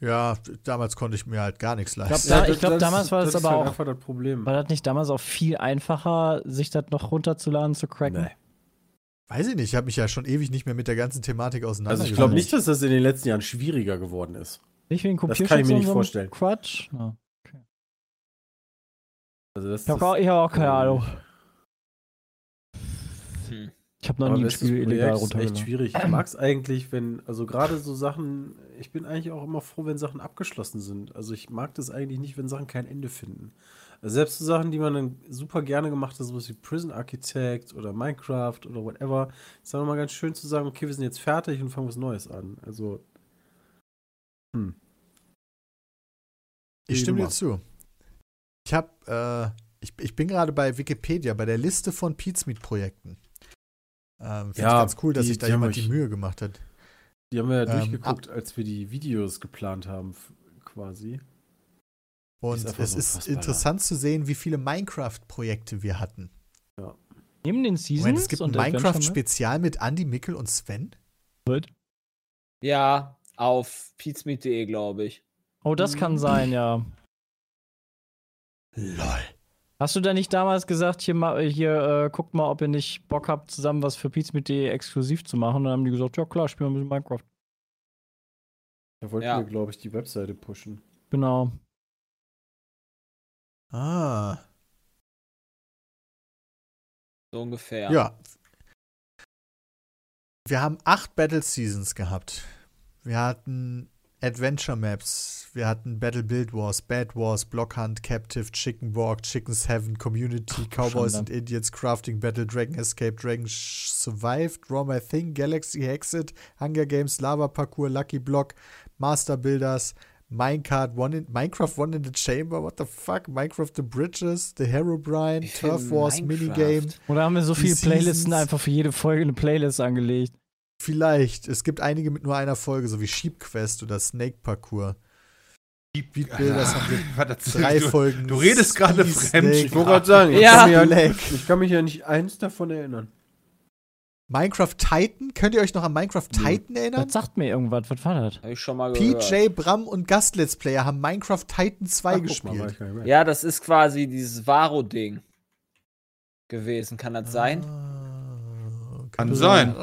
ja, damals konnte ich mir halt gar nichts leisten. Ja, Das- ich glaub, das- damals war das ist aber halt auch- einfach das Problem. War das nicht damals auch viel einfacher, sich das noch runterzuladen, zu cracken? Nee. Weiß ich nicht, ich habe mich ja schon ewig nicht mehr mit der ganzen Thematik Also ich auseinandergesetzt. glaube nicht, dass das in den letzten Jahren schwieriger geworden ist. Nicht wegen Das kann ich Kopierschutz mir nicht und so einem vorstellen. Quatsch. Ja. Also das, ähm, Ich habe das- auch, ich hab auch keine Ja. Ahnung. Hm. Ich habe noch nie ein Spiel letztes Projekt illegal ist echt runtergeladen. schwierig. [clears throat] Ich mag es eigentlich, wenn, also gerade so Sachen, ich bin eigentlich auch immer froh, wenn Sachen abgeschlossen sind. Also ich mag das eigentlich nicht, wenn Sachen kein Ende finden. Also selbst so Sachen, die man dann super gerne gemacht hat, sowas wie Prison Architect oder Minecraft oder whatever, ist dann immer ganz schön zu sagen, okay, wir sind jetzt fertig und fangen was Neues an. Also hm. Ich stimme dir Nummer. zu. Ich hab, äh, ich, ich bin gerade bei Wikipedia, bei der Liste von Pizmeet-Projekten. Ähm, Finde Ja, ich ganz cool, dass die- sich da die haben jemand die euch- Mühe gemacht hat. die haben wir ja Ähm, ah. durchgeguckt, als wir die Videos geplant haben, f- quasi. Und Ist einfach es so ist unfassbar, interessant zu sehen, wie viele Minecraft-Projekte wir hatten. Neben den Seasons Moment, es gibt ein und Adventure Map? Minecraft-Spezial mit Andy, Mickel und Sven. Ja, auf pizmeet.de, glaube ich. Oh, das kann sein, ja. Lol. Hast du da nicht damals gesagt, hier, ma- hier äh, guckt mal, ob ihr nicht Bock habt, zusammen was für Pizza mit dir exklusiv zu machen? Und dann haben die gesagt, ja klar, spielen wir ein bisschen Minecraft. Da wollten Ja. wir, glaube ich, die Webseite pushen. Genau. Ah. So ungefähr. Ja. Wir haben acht Battle Seasons gehabt. Wir hatten Adventure Maps, wir hatten Battle Build Wars, Bad Wars, Block Hunt, Captive, Chicken Walk, Chicken's Heaven, Community, Cowboys Schande. and Indians, Crafting Battle, Dragon Escape, Dragon Sh- Survived, Draw My Thing, Galaxy Hexit, Hunger Games, Lava Parkour, Lucky Block, Master Builders, Minecart, One in, Minecraft One in the Chamber, what the fuck, Minecraft The Bridges, The Herobrine, Wie viel Turf Wars, Minecraft? Minigame, Oder haben wir so Die viele Playlisten Seasons. einfach für jede Folge eine Playlist angelegt? Vielleicht. Es gibt einige mit nur einer Folge, so wie Sheep Quest oder Snake Parkour. Beat Builders haben wir [laughs] Was erzählst drei du? Folgen. du redest gerade Speed fremd. Snake, Ich wollte gerade sagen, ich, Ja. kann mich ja, Leck. ich kann mich ja nicht eins davon erinnern. Minecraft Titan. Könnt ihr euch noch an Minecraft Hm. Titan erinnern? Das sagt mir irgendwas, was war das? Habe ich schon mal gehört. PJ, Bram und Gast Let's Player haben Minecraft Titan 2 Ach, guck mal, war ich gespielt. gar nicht weg. Ja, das ist quasi dieses Varo-Ding gewesen. Kann das sein? Ah, Kann könnte [laughs] sein.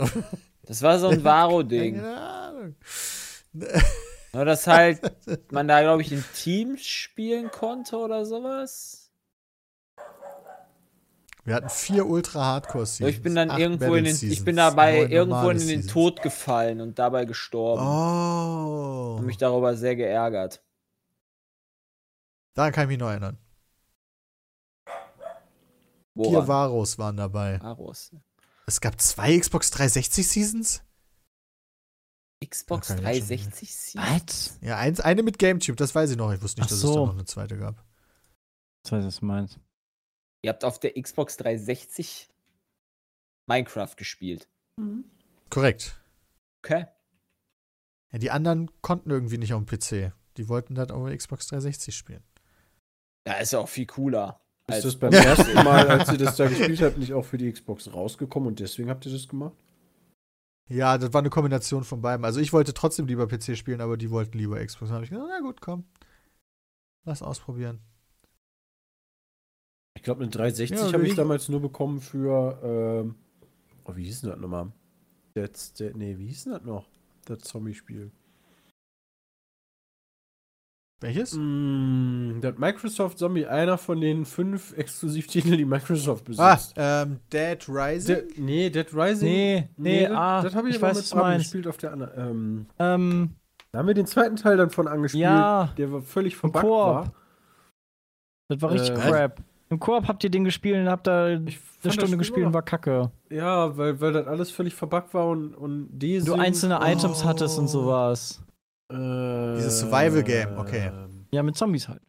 Das war so ein Varo-Ding. Keine Ahnung. Nur, [laughs] dass halt man da, glaube ich, in Teams spielen konnte oder sowas. Wir hatten vier Ultra-Hardcore-Seasons. Ich bin dann acht irgendwo Battle in den, ich Seasons, bin dabei neun irgendwo normale in den Seasons. Tod gefallen und dabei gestorben. Oh. Hab mich darüber sehr geärgert. Daran kann ich mich noch erinnern. Vier Woran? Varos waren dabei. Varus. Es gab zwei Xbox 360 Seasons? Xbox Ja, kann ich jetzt schon 360 Series? Was? Ja, eins, eine mit GameTube, das weiß ich noch. Ich wusste nicht, Ach dass es so. da noch eine zweite gab. Das weiß was du meinst. Ihr habt auf der Xbox 360 Minecraft gespielt. Korrekt. Okay. Ja, die anderen konnten irgendwie nicht auf dem PC. Die wollten das auf der Xbox 360 spielen. Ja, ist ja auch viel cooler. Ist als- das beim Ja. ersten Mal, als ihr das da gespielt habt, nicht auch für die Xbox rausgekommen und deswegen habt ihr das gemacht? Ja, das war eine Kombination von beiden. Also ich wollte trotzdem lieber PC spielen, aber die wollten lieber Xbox. Dann habe ich gesagt, na gut, komm. Lass ausprobieren. Ich glaube, eine 360 Ja, habe wie- ich damals nur bekommen für, ähm, oh, wie hieß denn das nochmal? Jetzt, der, nee, wie hieß denn das noch? Das Zombie-Spiel. Welches? Mm, das Microsoft Zombie, einer von den fünf Exklusivtiteln, die Microsoft besitzt. Ah, ähm, Dead Rising? De nee, Dead Rising. Nee, nee, das, ah, das habe ich, ich aber weiß, mit was du Bram meinst. gespielt auf der anderen. Ähm, Ähm, da haben wir den zweiten Teil dann von angespielt, Ja. der war völlig verbuggt Koop. war. das war richtig Äh, crap. Im Koop habt ihr den gespielt und habt da eine Ich fand das Stunde Spiel gespielt und immer war kacke. noch- Ja, weil, weil das alles völlig verbuggt war und, und die Du sind- einzelne Oh. Items hattest und sowas. Äh, ähm, Dieses Survival Game, okay. Ja, mit Zombies halt.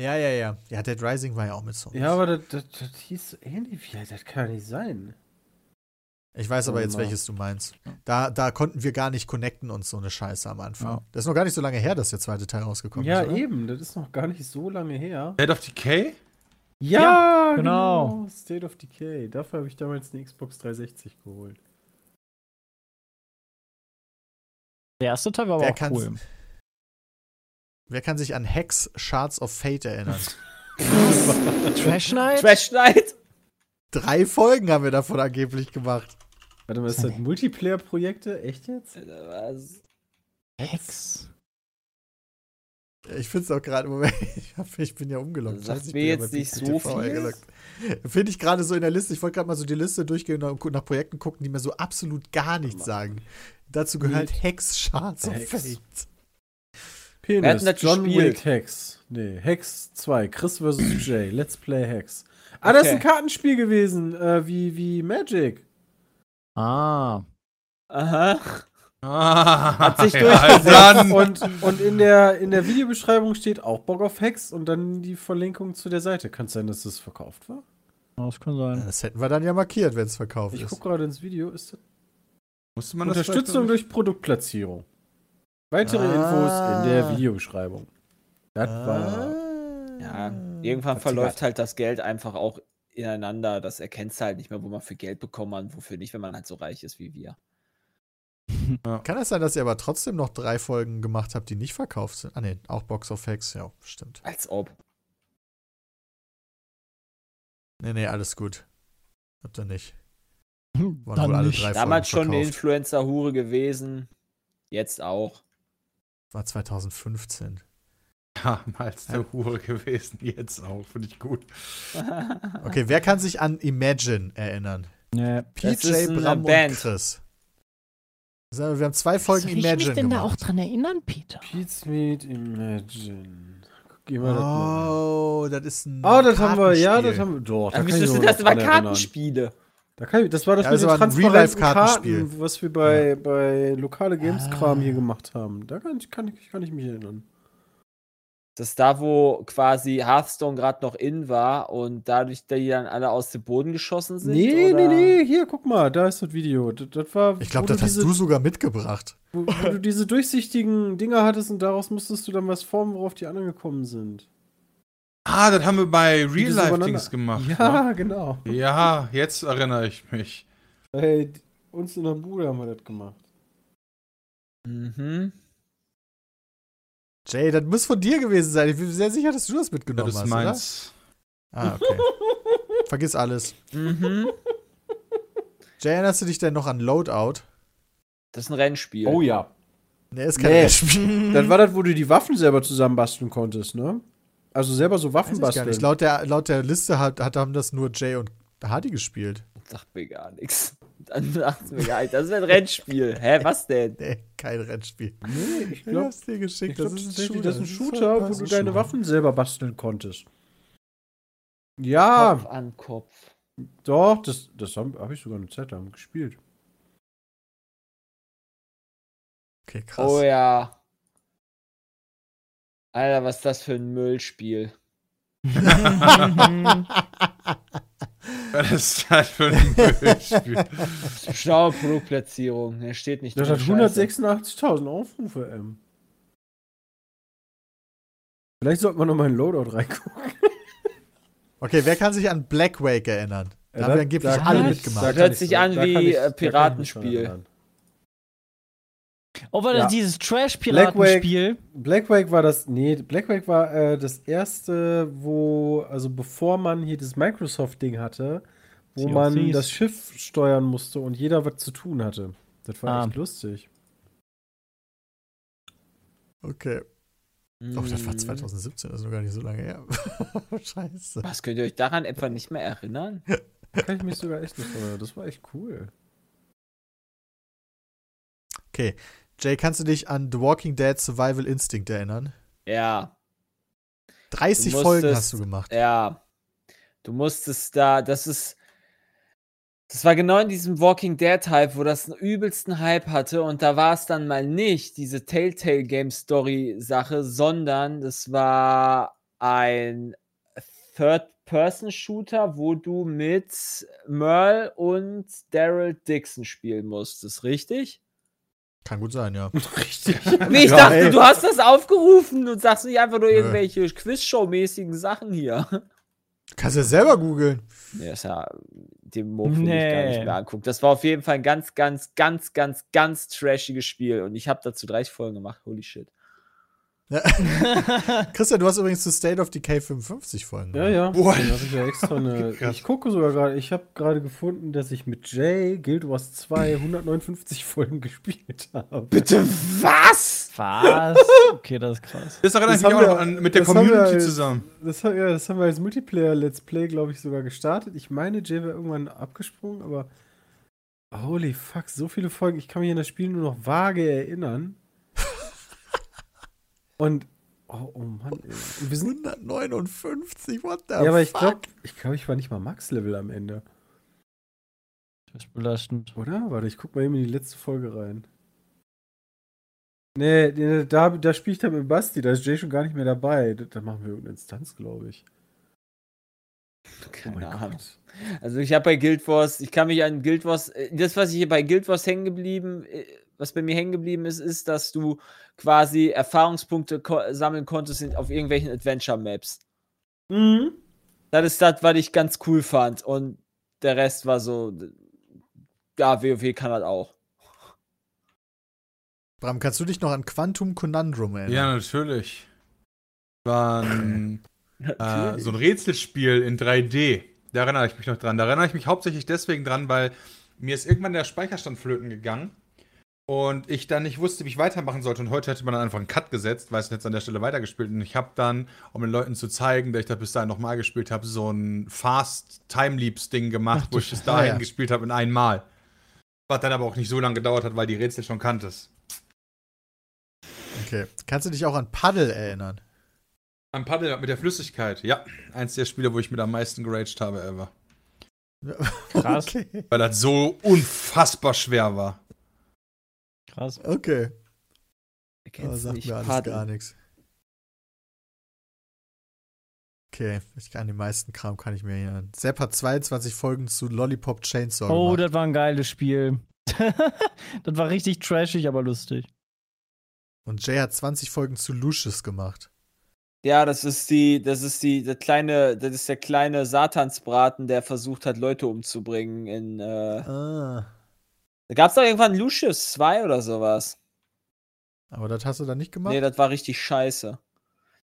Ja, ja, ja. Ja, Dead Rising war ja auch mit Zombies. Ja, aber das, das, das hieß ähnlich. Ja, das kann ja nicht sein. ich weiß Oh aber jetzt, Warte mal. welches du meinst. Da, da konnten wir gar nicht connecten und so eine Scheiße am Anfang. Ja. Das ist noch gar nicht so lange her, dass der zweite Teil rausgekommen ja, ist. oder? eben. Das ist noch gar nicht so lange her. Dead of Decay? Ja, genau. State of Decay. Dafür habe ich damals eine Xbox 360 geholt. Der erste Teil war aber Wer auch kann's- cool. Wer kann sich an Hex Shards of Fate erinnern? [laughs] Trash [laughs] Night? Trash Night? Drei Folgen haben wir davon angeblich gemacht. Warte mal, ist das Multiplayer-Projekte? Echt jetzt? Äh, was? Hex. Ich finde es auch gerade, Moment, [laughs] ich, hab, ich bin ja umgelockt. Sagt Scheiße, ich mir bin ja jetzt bei nicht Pixel so TV viel. eingeloggt. Finde ich gerade so in der Liste. Ich wollte gerade mal so die Liste durchgehen und nach Projekten gucken, die mir so absolut gar nichts sagen. Dazu gehört Hex Shards of Hex. Fate. Penis, hatten das John gespielt. Wick Hex. Nee, Hex 2, Chris vs. Jay, Let's Play Hex. Ah, das ist Okay. ein Kartenspiel gewesen, äh, wie, wie Magic. Ah. Aha. Ah, Hat sich ja, dann. Und, und in, der, in der Videobeschreibung steht auch Bock auf Hex und dann die Verlinkung zu der Seite. Kann es sein, dass das verkauft war? Das kann sein. Das hätten wir dann ja markiert, wenn es verkauft Ich ist. gucke gerade ins Video. Ist das Musste man das Unterstützung durch Produktplatzierung. Weitere Ah. Infos in der Videobeschreibung. Das war. Ah. Ja, irgendwann Hat sie verläuft halt das Geld einfach auch ineinander. Das erkennst du halt nicht mehr, wo man für Geld bekommen hat, und wofür nicht, wenn man halt so reich ist wie wir. Kann das sein, dass ihr aber trotzdem noch drei Folgen gemacht habt, die nicht verkauft sind? Ah, ne, auch Box of Hex, ja, stimmt. Als ob. Nee, nee, alles gut. Habt ihr nicht. Hm, Waren wohl Äh, alle drei Damals schon Folgen eine verkauft. Influencer-Hure gewesen. Jetzt [laughs] auch. War 2015. damals der Hure gewesen, jetzt auch, finde ich gut. Okay, wer kann sich an Imagine erinnern? Nee. Das PJ, ist eine Bram Band. und Chris. Sagen wir, wir haben zwei Folgen Soll Imagine ich mich denn da auch gemacht. dran erinnern, Peter? Pete's Meet Imagine. Geh mal das mal. an. Oh, das ist ein. Ah, das haben wir, ja, das Kartenspiel. haben wir. Doch, Ach, kann wieso ich sind mich das noch immer dran erinnern. Kartenspiele? Da kann ich, das war das Ja, mit das den war ein transparenten Real-Life-Kartenspiel. Karten, was wir bei, bei lokale Games-Kram Ah. hier gemacht haben. Da kann ich, kann, ich, kann ich mich erinnern. Das ist da, wo quasi Hearthstone gerade noch in war und dadurch die dann alle aus dem Boden geschossen sind? Nee, oder? nee, nee, hier, guck mal, da ist das Video. Das, das war, Ich wo glaube, das hast diese, du sogar mitgebracht. Wo, wo du diese durchsichtigen Dinger hattest und daraus musstest du dann was formen, worauf die anderen gekommen sind. Ah, das haben wir bei Die das Real-Life-Dings übereinander- gemacht. Ja, genau. Ne? ja, jetzt erinnere ich mich. Ey, d- uns in der Bude haben wir das gemacht. Mhm. Jay, das muss von dir gewesen sein. Ich bin sehr sicher, dass du das Das mitgenommen ist hast. meins. Oder? Ah, okay. [laughs] Vergiss alles. Mhm. Jay, erinnerst du dich denn noch an Loadout? Das ist ein Rennspiel. Oh ja. Ne, ist kein Nee. Spiel. Dann war das, wo du die Waffen selber zusammenbasteln konntest, ne? Also selber so Waffen Weiß ich gar basteln. nicht. Laut der, laut der Liste hat, hat, haben das nur Jay und Hardy gespielt. Sagt mir gar nichts. Dann sagt mir gar nichts. Das ist ein Rennspiel. Hä, was denn? Nee, kein Rennspiel. nee, ich Ich glaube, hab's dir geschickt. ich glaub, das, ein ist tatsächlich, Shooter. das ist ein Das ist Shooter, wo vollkommen du so. deine Waffen selber basteln konntest. Ja, Ah. Kopf an Kopf. doch, das, das habe hab ich sogar eine Zeit lang gespielt. Okay, krass. Oh ja. Alter, was ist das für ein Müllspiel? [laughs] Das ist halt für ein Müllspiel. Schlaue Produktplatzierung. Er steht nicht Das drin, hat scheiße. 186.000 Aufrufe, ähm. Vielleicht sollte man noch mal in Loadout reingucken. [laughs] Okay, wer kann sich an Black Wake erinnern? Da Ja, haben da- wir angeblich da- alle da- mitgemacht. Hört kann ich- sich an da kann wie, äh, ich- da kann ich mich Piratenspiel. dran erinnern. Oh, war das Ja. dieses Black Trash-Piratenspiel? Blackwake war das, nee, Blackwake war äh, das erste, wo, also bevor man hier das Microsoft-Ding hatte, wo Sea of man Thieves. das Schiff steuern musste und jeder was zu tun hatte. Das war Ah. echt lustig. Okay. Doch, das war Mm. 2017, das ist noch gar nicht so lange her. [laughs] Scheiße. Was könnt ihr euch daran etwa nicht mehr erinnern? Kann ich mich sogar echt nicht erinnern. Das war echt cool. Jay, kannst du dich an The Walking Dead Survival Instinct erinnern? Ja, 30 musstest- Folgen hast du gemacht. ja. Du musstest da, das ist. Das war genau in diesem Walking Dead Hype, wo das einen übelsten Hype hatte und da war es dann mal nicht diese Telltale Game Story Sache, sondern das war ein Third-Person-Shooter, wo du mit Merle und Daryl Dixon spielen musstest, richtig? Kann gut sein, ja. [laughs] Richtig. Nee, ich Ja, dachte, ey. du hast das aufgerufen und sagst nicht einfach nur irgendwelche Quizshow-mäßigen Sachen hier. [laughs] Kannst ja selber googeln. Nee, ist ja, den Mo will ich gar Nee. nicht mehr angucken. Das war auf jeden Fall ein ganz, ganz, ganz, ganz, ganz trashiges Spiel und ich habe dazu 30 Folgen gemacht. Holy shit. Ja. Christian, du hast übrigens zu State of Decay 55 Folgen Ja, gemacht. ja. Boah. Dann hab ich, ja extra eine, Krass. ich gucke sogar gerade, ich habe gerade gefunden, dass ich mit Jay Guild Wars 2 159 Folgen [laughs] gespielt habe. Bitte was? Was? Okay, das [laughs] ist krass. Das erinnere Das ich mich haben auch wir- noch an mit der das haben wir Community als- zusammen. Das, ha- ja, das haben wir als Multiplayer-Let's Play, glaube ich, sogar gestartet. Ich meine, Jay wäre irgendwann abgesprungen, aber holy fuck, so viele Folgen. Ich kann mich an das Spiel nur noch [laughs] vage erinnern. Und oh, oh Mann, ey. Und wir sind, 159, what the ja, aber ich fuck? glaube, ich, glaub, ich war nicht mal Max-Level am Ende, Das ist belastend. oder? Warte, ich guck mal eben in die letzte Folge rein. Nee, nee, da, da spiele ich dann mit Basti, da ist Jay schon gar nicht mehr dabei. Da, da machen wir irgendeine Instanz, glaube ich. Oh Keine Ahnung. Also ich habe bei Guild Wars, ich kann mich an Guild Wars, äh, das, was ich hier bei Guild Wars hängen geblieben, äh, was bei mir hängen geblieben ist, ist, dass du quasi Erfahrungspunkte ko sammeln konntest in- auf irgendwelchen Adventure-Maps. Mhm. Das ist das, was ich ganz cool fand. Und der Rest war so, ja, WoW kann das auch. Bram, kannst du dich noch an Quantum Conundrum erinnern? Ja, natürlich. War ein, Ah, äh, so ein Rätselspiel in 3D. Da erinnere ich mich noch dran. Da erinnere ich mich hauptsächlich deswegen dran, weil mir ist irgendwann der Speicherstand flöten gegangen und ich dann nicht wusste, wie ich weitermachen sollte. Und heute hätte man dann einfach einen Cut gesetzt, weil es jetzt an der Stelle weitergespielt. Und ich habe dann, um den Leuten zu zeigen, dass ich das bis dahin nochmal gespielt habe, so ein Fast-Time-Leaps-Ding gemacht, wo ich es Ah, dahin ja. gespielt habe in einem Mal. Was dann aber auch nicht so lange gedauert hat, weil die Rätsel schon kanntest. Okay. Kannst du dich auch an Paddle erinnern? Am Paddel mit der Flüssigkeit, ja. Eins der Spiele, wo ich mit am meisten geraged habe ever. [laughs] Krass. Okay. Weil das so unfassbar schwer war. Krass. okay. Ich Aber kenn's sagt nicht. mir alles Paddel. gar nichts. Okay, ich kann den meisten Kram kann ich mir erinnern. Sepp hat 22 Folgen zu Lollipop Chainsaw Oh, gemacht. das war ein geiles Spiel. [laughs] das war richtig trashig, aber lustig. Und Jay hat 20 Folgen zu Lucius gemacht. Ja, das ist die, das ist die, der kleine, das ist der kleine Satansbraten, der versucht hat, Leute umzubringen in, äh, Ah. da gab's doch irgendwann Lucius 2 oder sowas. Aber das hast du dann nicht gemacht? Nee, das war richtig scheiße.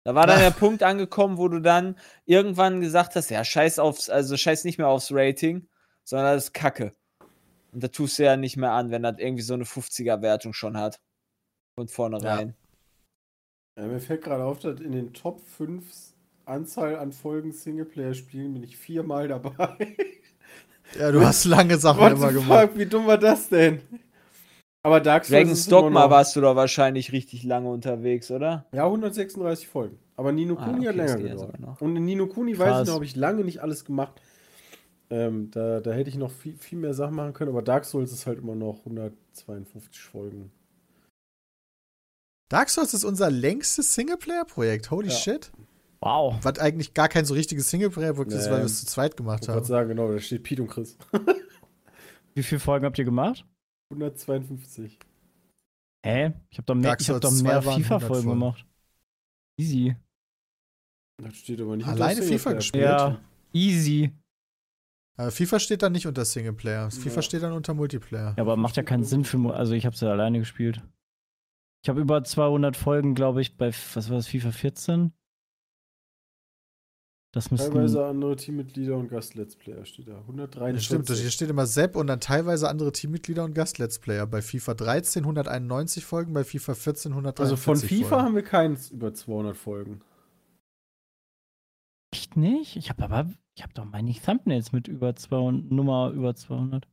Da war [laughs] dann der Punkt angekommen, wo du dann irgendwann gesagt hast, ja, scheiß aufs, also scheiß nicht mehr aufs Rating, sondern das ist Kacke. Und da tust du ja nicht mehr an, wenn das irgendwie so eine 50er-Wertung schon hat. Von vornherein. Ja, mir fällt gerade auf, dass in den Top 5 Anzahl an Folgen Singleplayer-Spielen bin ich viermal dabei. ja, du hast lange Sachen immer gemacht. wie dumm war das denn? Aber Dark Souls Dragon's ist immer Dogma noch- warst du da wahrscheinlich richtig lange unterwegs, oder? Ja, 136 Folgen. Aber Nino Ah, okay, Kuni also. das hat geht länger ja gedauert. [laughs] sogar noch. Und in Nino Kuni weiß Krass. ich noch, habe ich lange nicht alles gemacht. Ähm, da, da hätte ich noch viel, viel mehr Sachen machen können, aber Dark Souls ist halt immer noch 152 Folgen. Dark Souls ist unser längstes Singleplayer-Projekt. Holy Ja. shit. Wow. Was eigentlich gar kein so richtiges Singleplayer-Projekt ist, Nee. weil wir es zu zweit Ich gemacht wollte haben. sagen, genau, da steht Piet und Chris. Wie viele Folgen habt ihr gemacht? 152. Hä? Ich hab doch mehr, Dark ich hab Souls doch mehr 2 waren 100 FIFA-Folgen Folgen. gemacht. Easy. Das steht aber nicht Alleine unter FIFA Singleplayer. gespielt? Ja. Easy. Aber FIFA steht dann nicht unter Singleplayer. FIFA Ja. steht dann unter Multiplayer. Ja, aber macht ja keinen Sinn für. Mo- Also, ich hab's ja alleine gespielt. Ich habe über 200 Folgen, glaube ich, bei. F- Was war das? FIFA 14? Das müssten, Teilweise andere Teammitglieder und Gast-Let's Player steht da. 143. Das stimmt, hier steht immer Sepp und dann teilweise andere Teammitglieder und Gast-Let's Player. Bei FIFA 13 191 Folgen, bei FIFA 14 143 also von FIFA Folgen. haben wir keins über 200 Folgen. Echt nicht? Ich habe aber, ich habe doch meine Thumbnails mit über 200, Nummer über 200.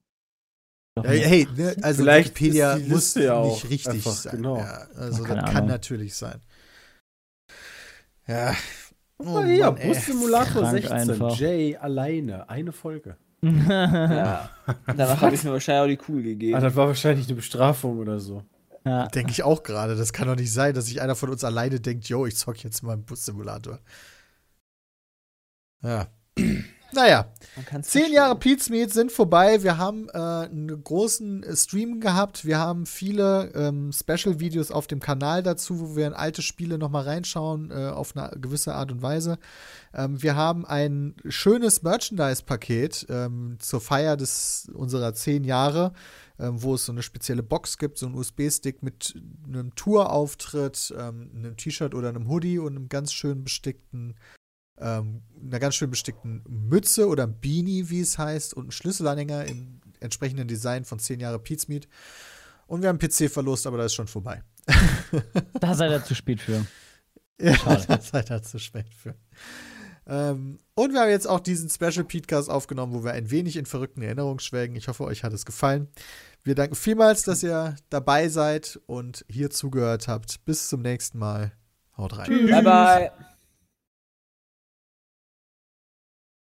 Doch Ja, nicht. hey, ne, also Vielleicht Wikipedia ist die muss Liste ja auch nicht richtig einfach, sein. genau. Ja, also Keine das kann Ahnung. natürlich sein. Ja. Oh, Ah, ja, Mann, ey. Bus-Simulator Krank 16. einfach. Jay alleine. Eine Folge. [laughs] ja. Ja. Danach habe ich mir wahrscheinlich auch die Kugel Ah, gegeben. das war wahrscheinlich eine Bestrafung oder so. Denke ich auch gerade. Das kann doch nicht sein, dass sich einer von uns alleine denkt, yo, ich zock jetzt mal einen Bus-Simulator. Ja. [clears throat] naja, Man kann's Zehn verstehen. Jahre Pete's Meet sind vorbei. Wir haben äh, einen großen äh, Stream gehabt. Wir haben viele ähm, Special-Videos auf dem Kanal dazu, wo wir in alte Spiele nochmal reinschauen, äh, auf eine gewisse Art und Weise. Ähm, wir haben ein schönes Merchandise-Paket ähm, zur Feier des, unserer zehn Jahre, ähm, wo es so eine spezielle Box gibt, so einen USB-Stick mit einem Tourauftritt, ähm, einem T-Shirt oder einem Hoodie und einem ganz schön bestickten ähm, einer ganz schön bestickten Mütze oder Beanie, wie es heißt, und einen Schlüsselanhänger im entsprechenden Design von 10 Jahre Pete's Meat. Und wir haben einen PC verlost, aber da ist schon vorbei. Da seid ihr zu spät für. [laughs] Ja, Schade. das ist halt halt zu spät für. Ähm, und wir haben jetzt auch diesen Special Podcast aufgenommen, wo wir ein wenig in verrückten Erinnerungen schwelgen. Ich hoffe, euch hat es gefallen. Wir danken vielmals, dass ihr dabei seid und hier zugehört habt. Bis zum nächsten Mal. Haut rein. Bye bye.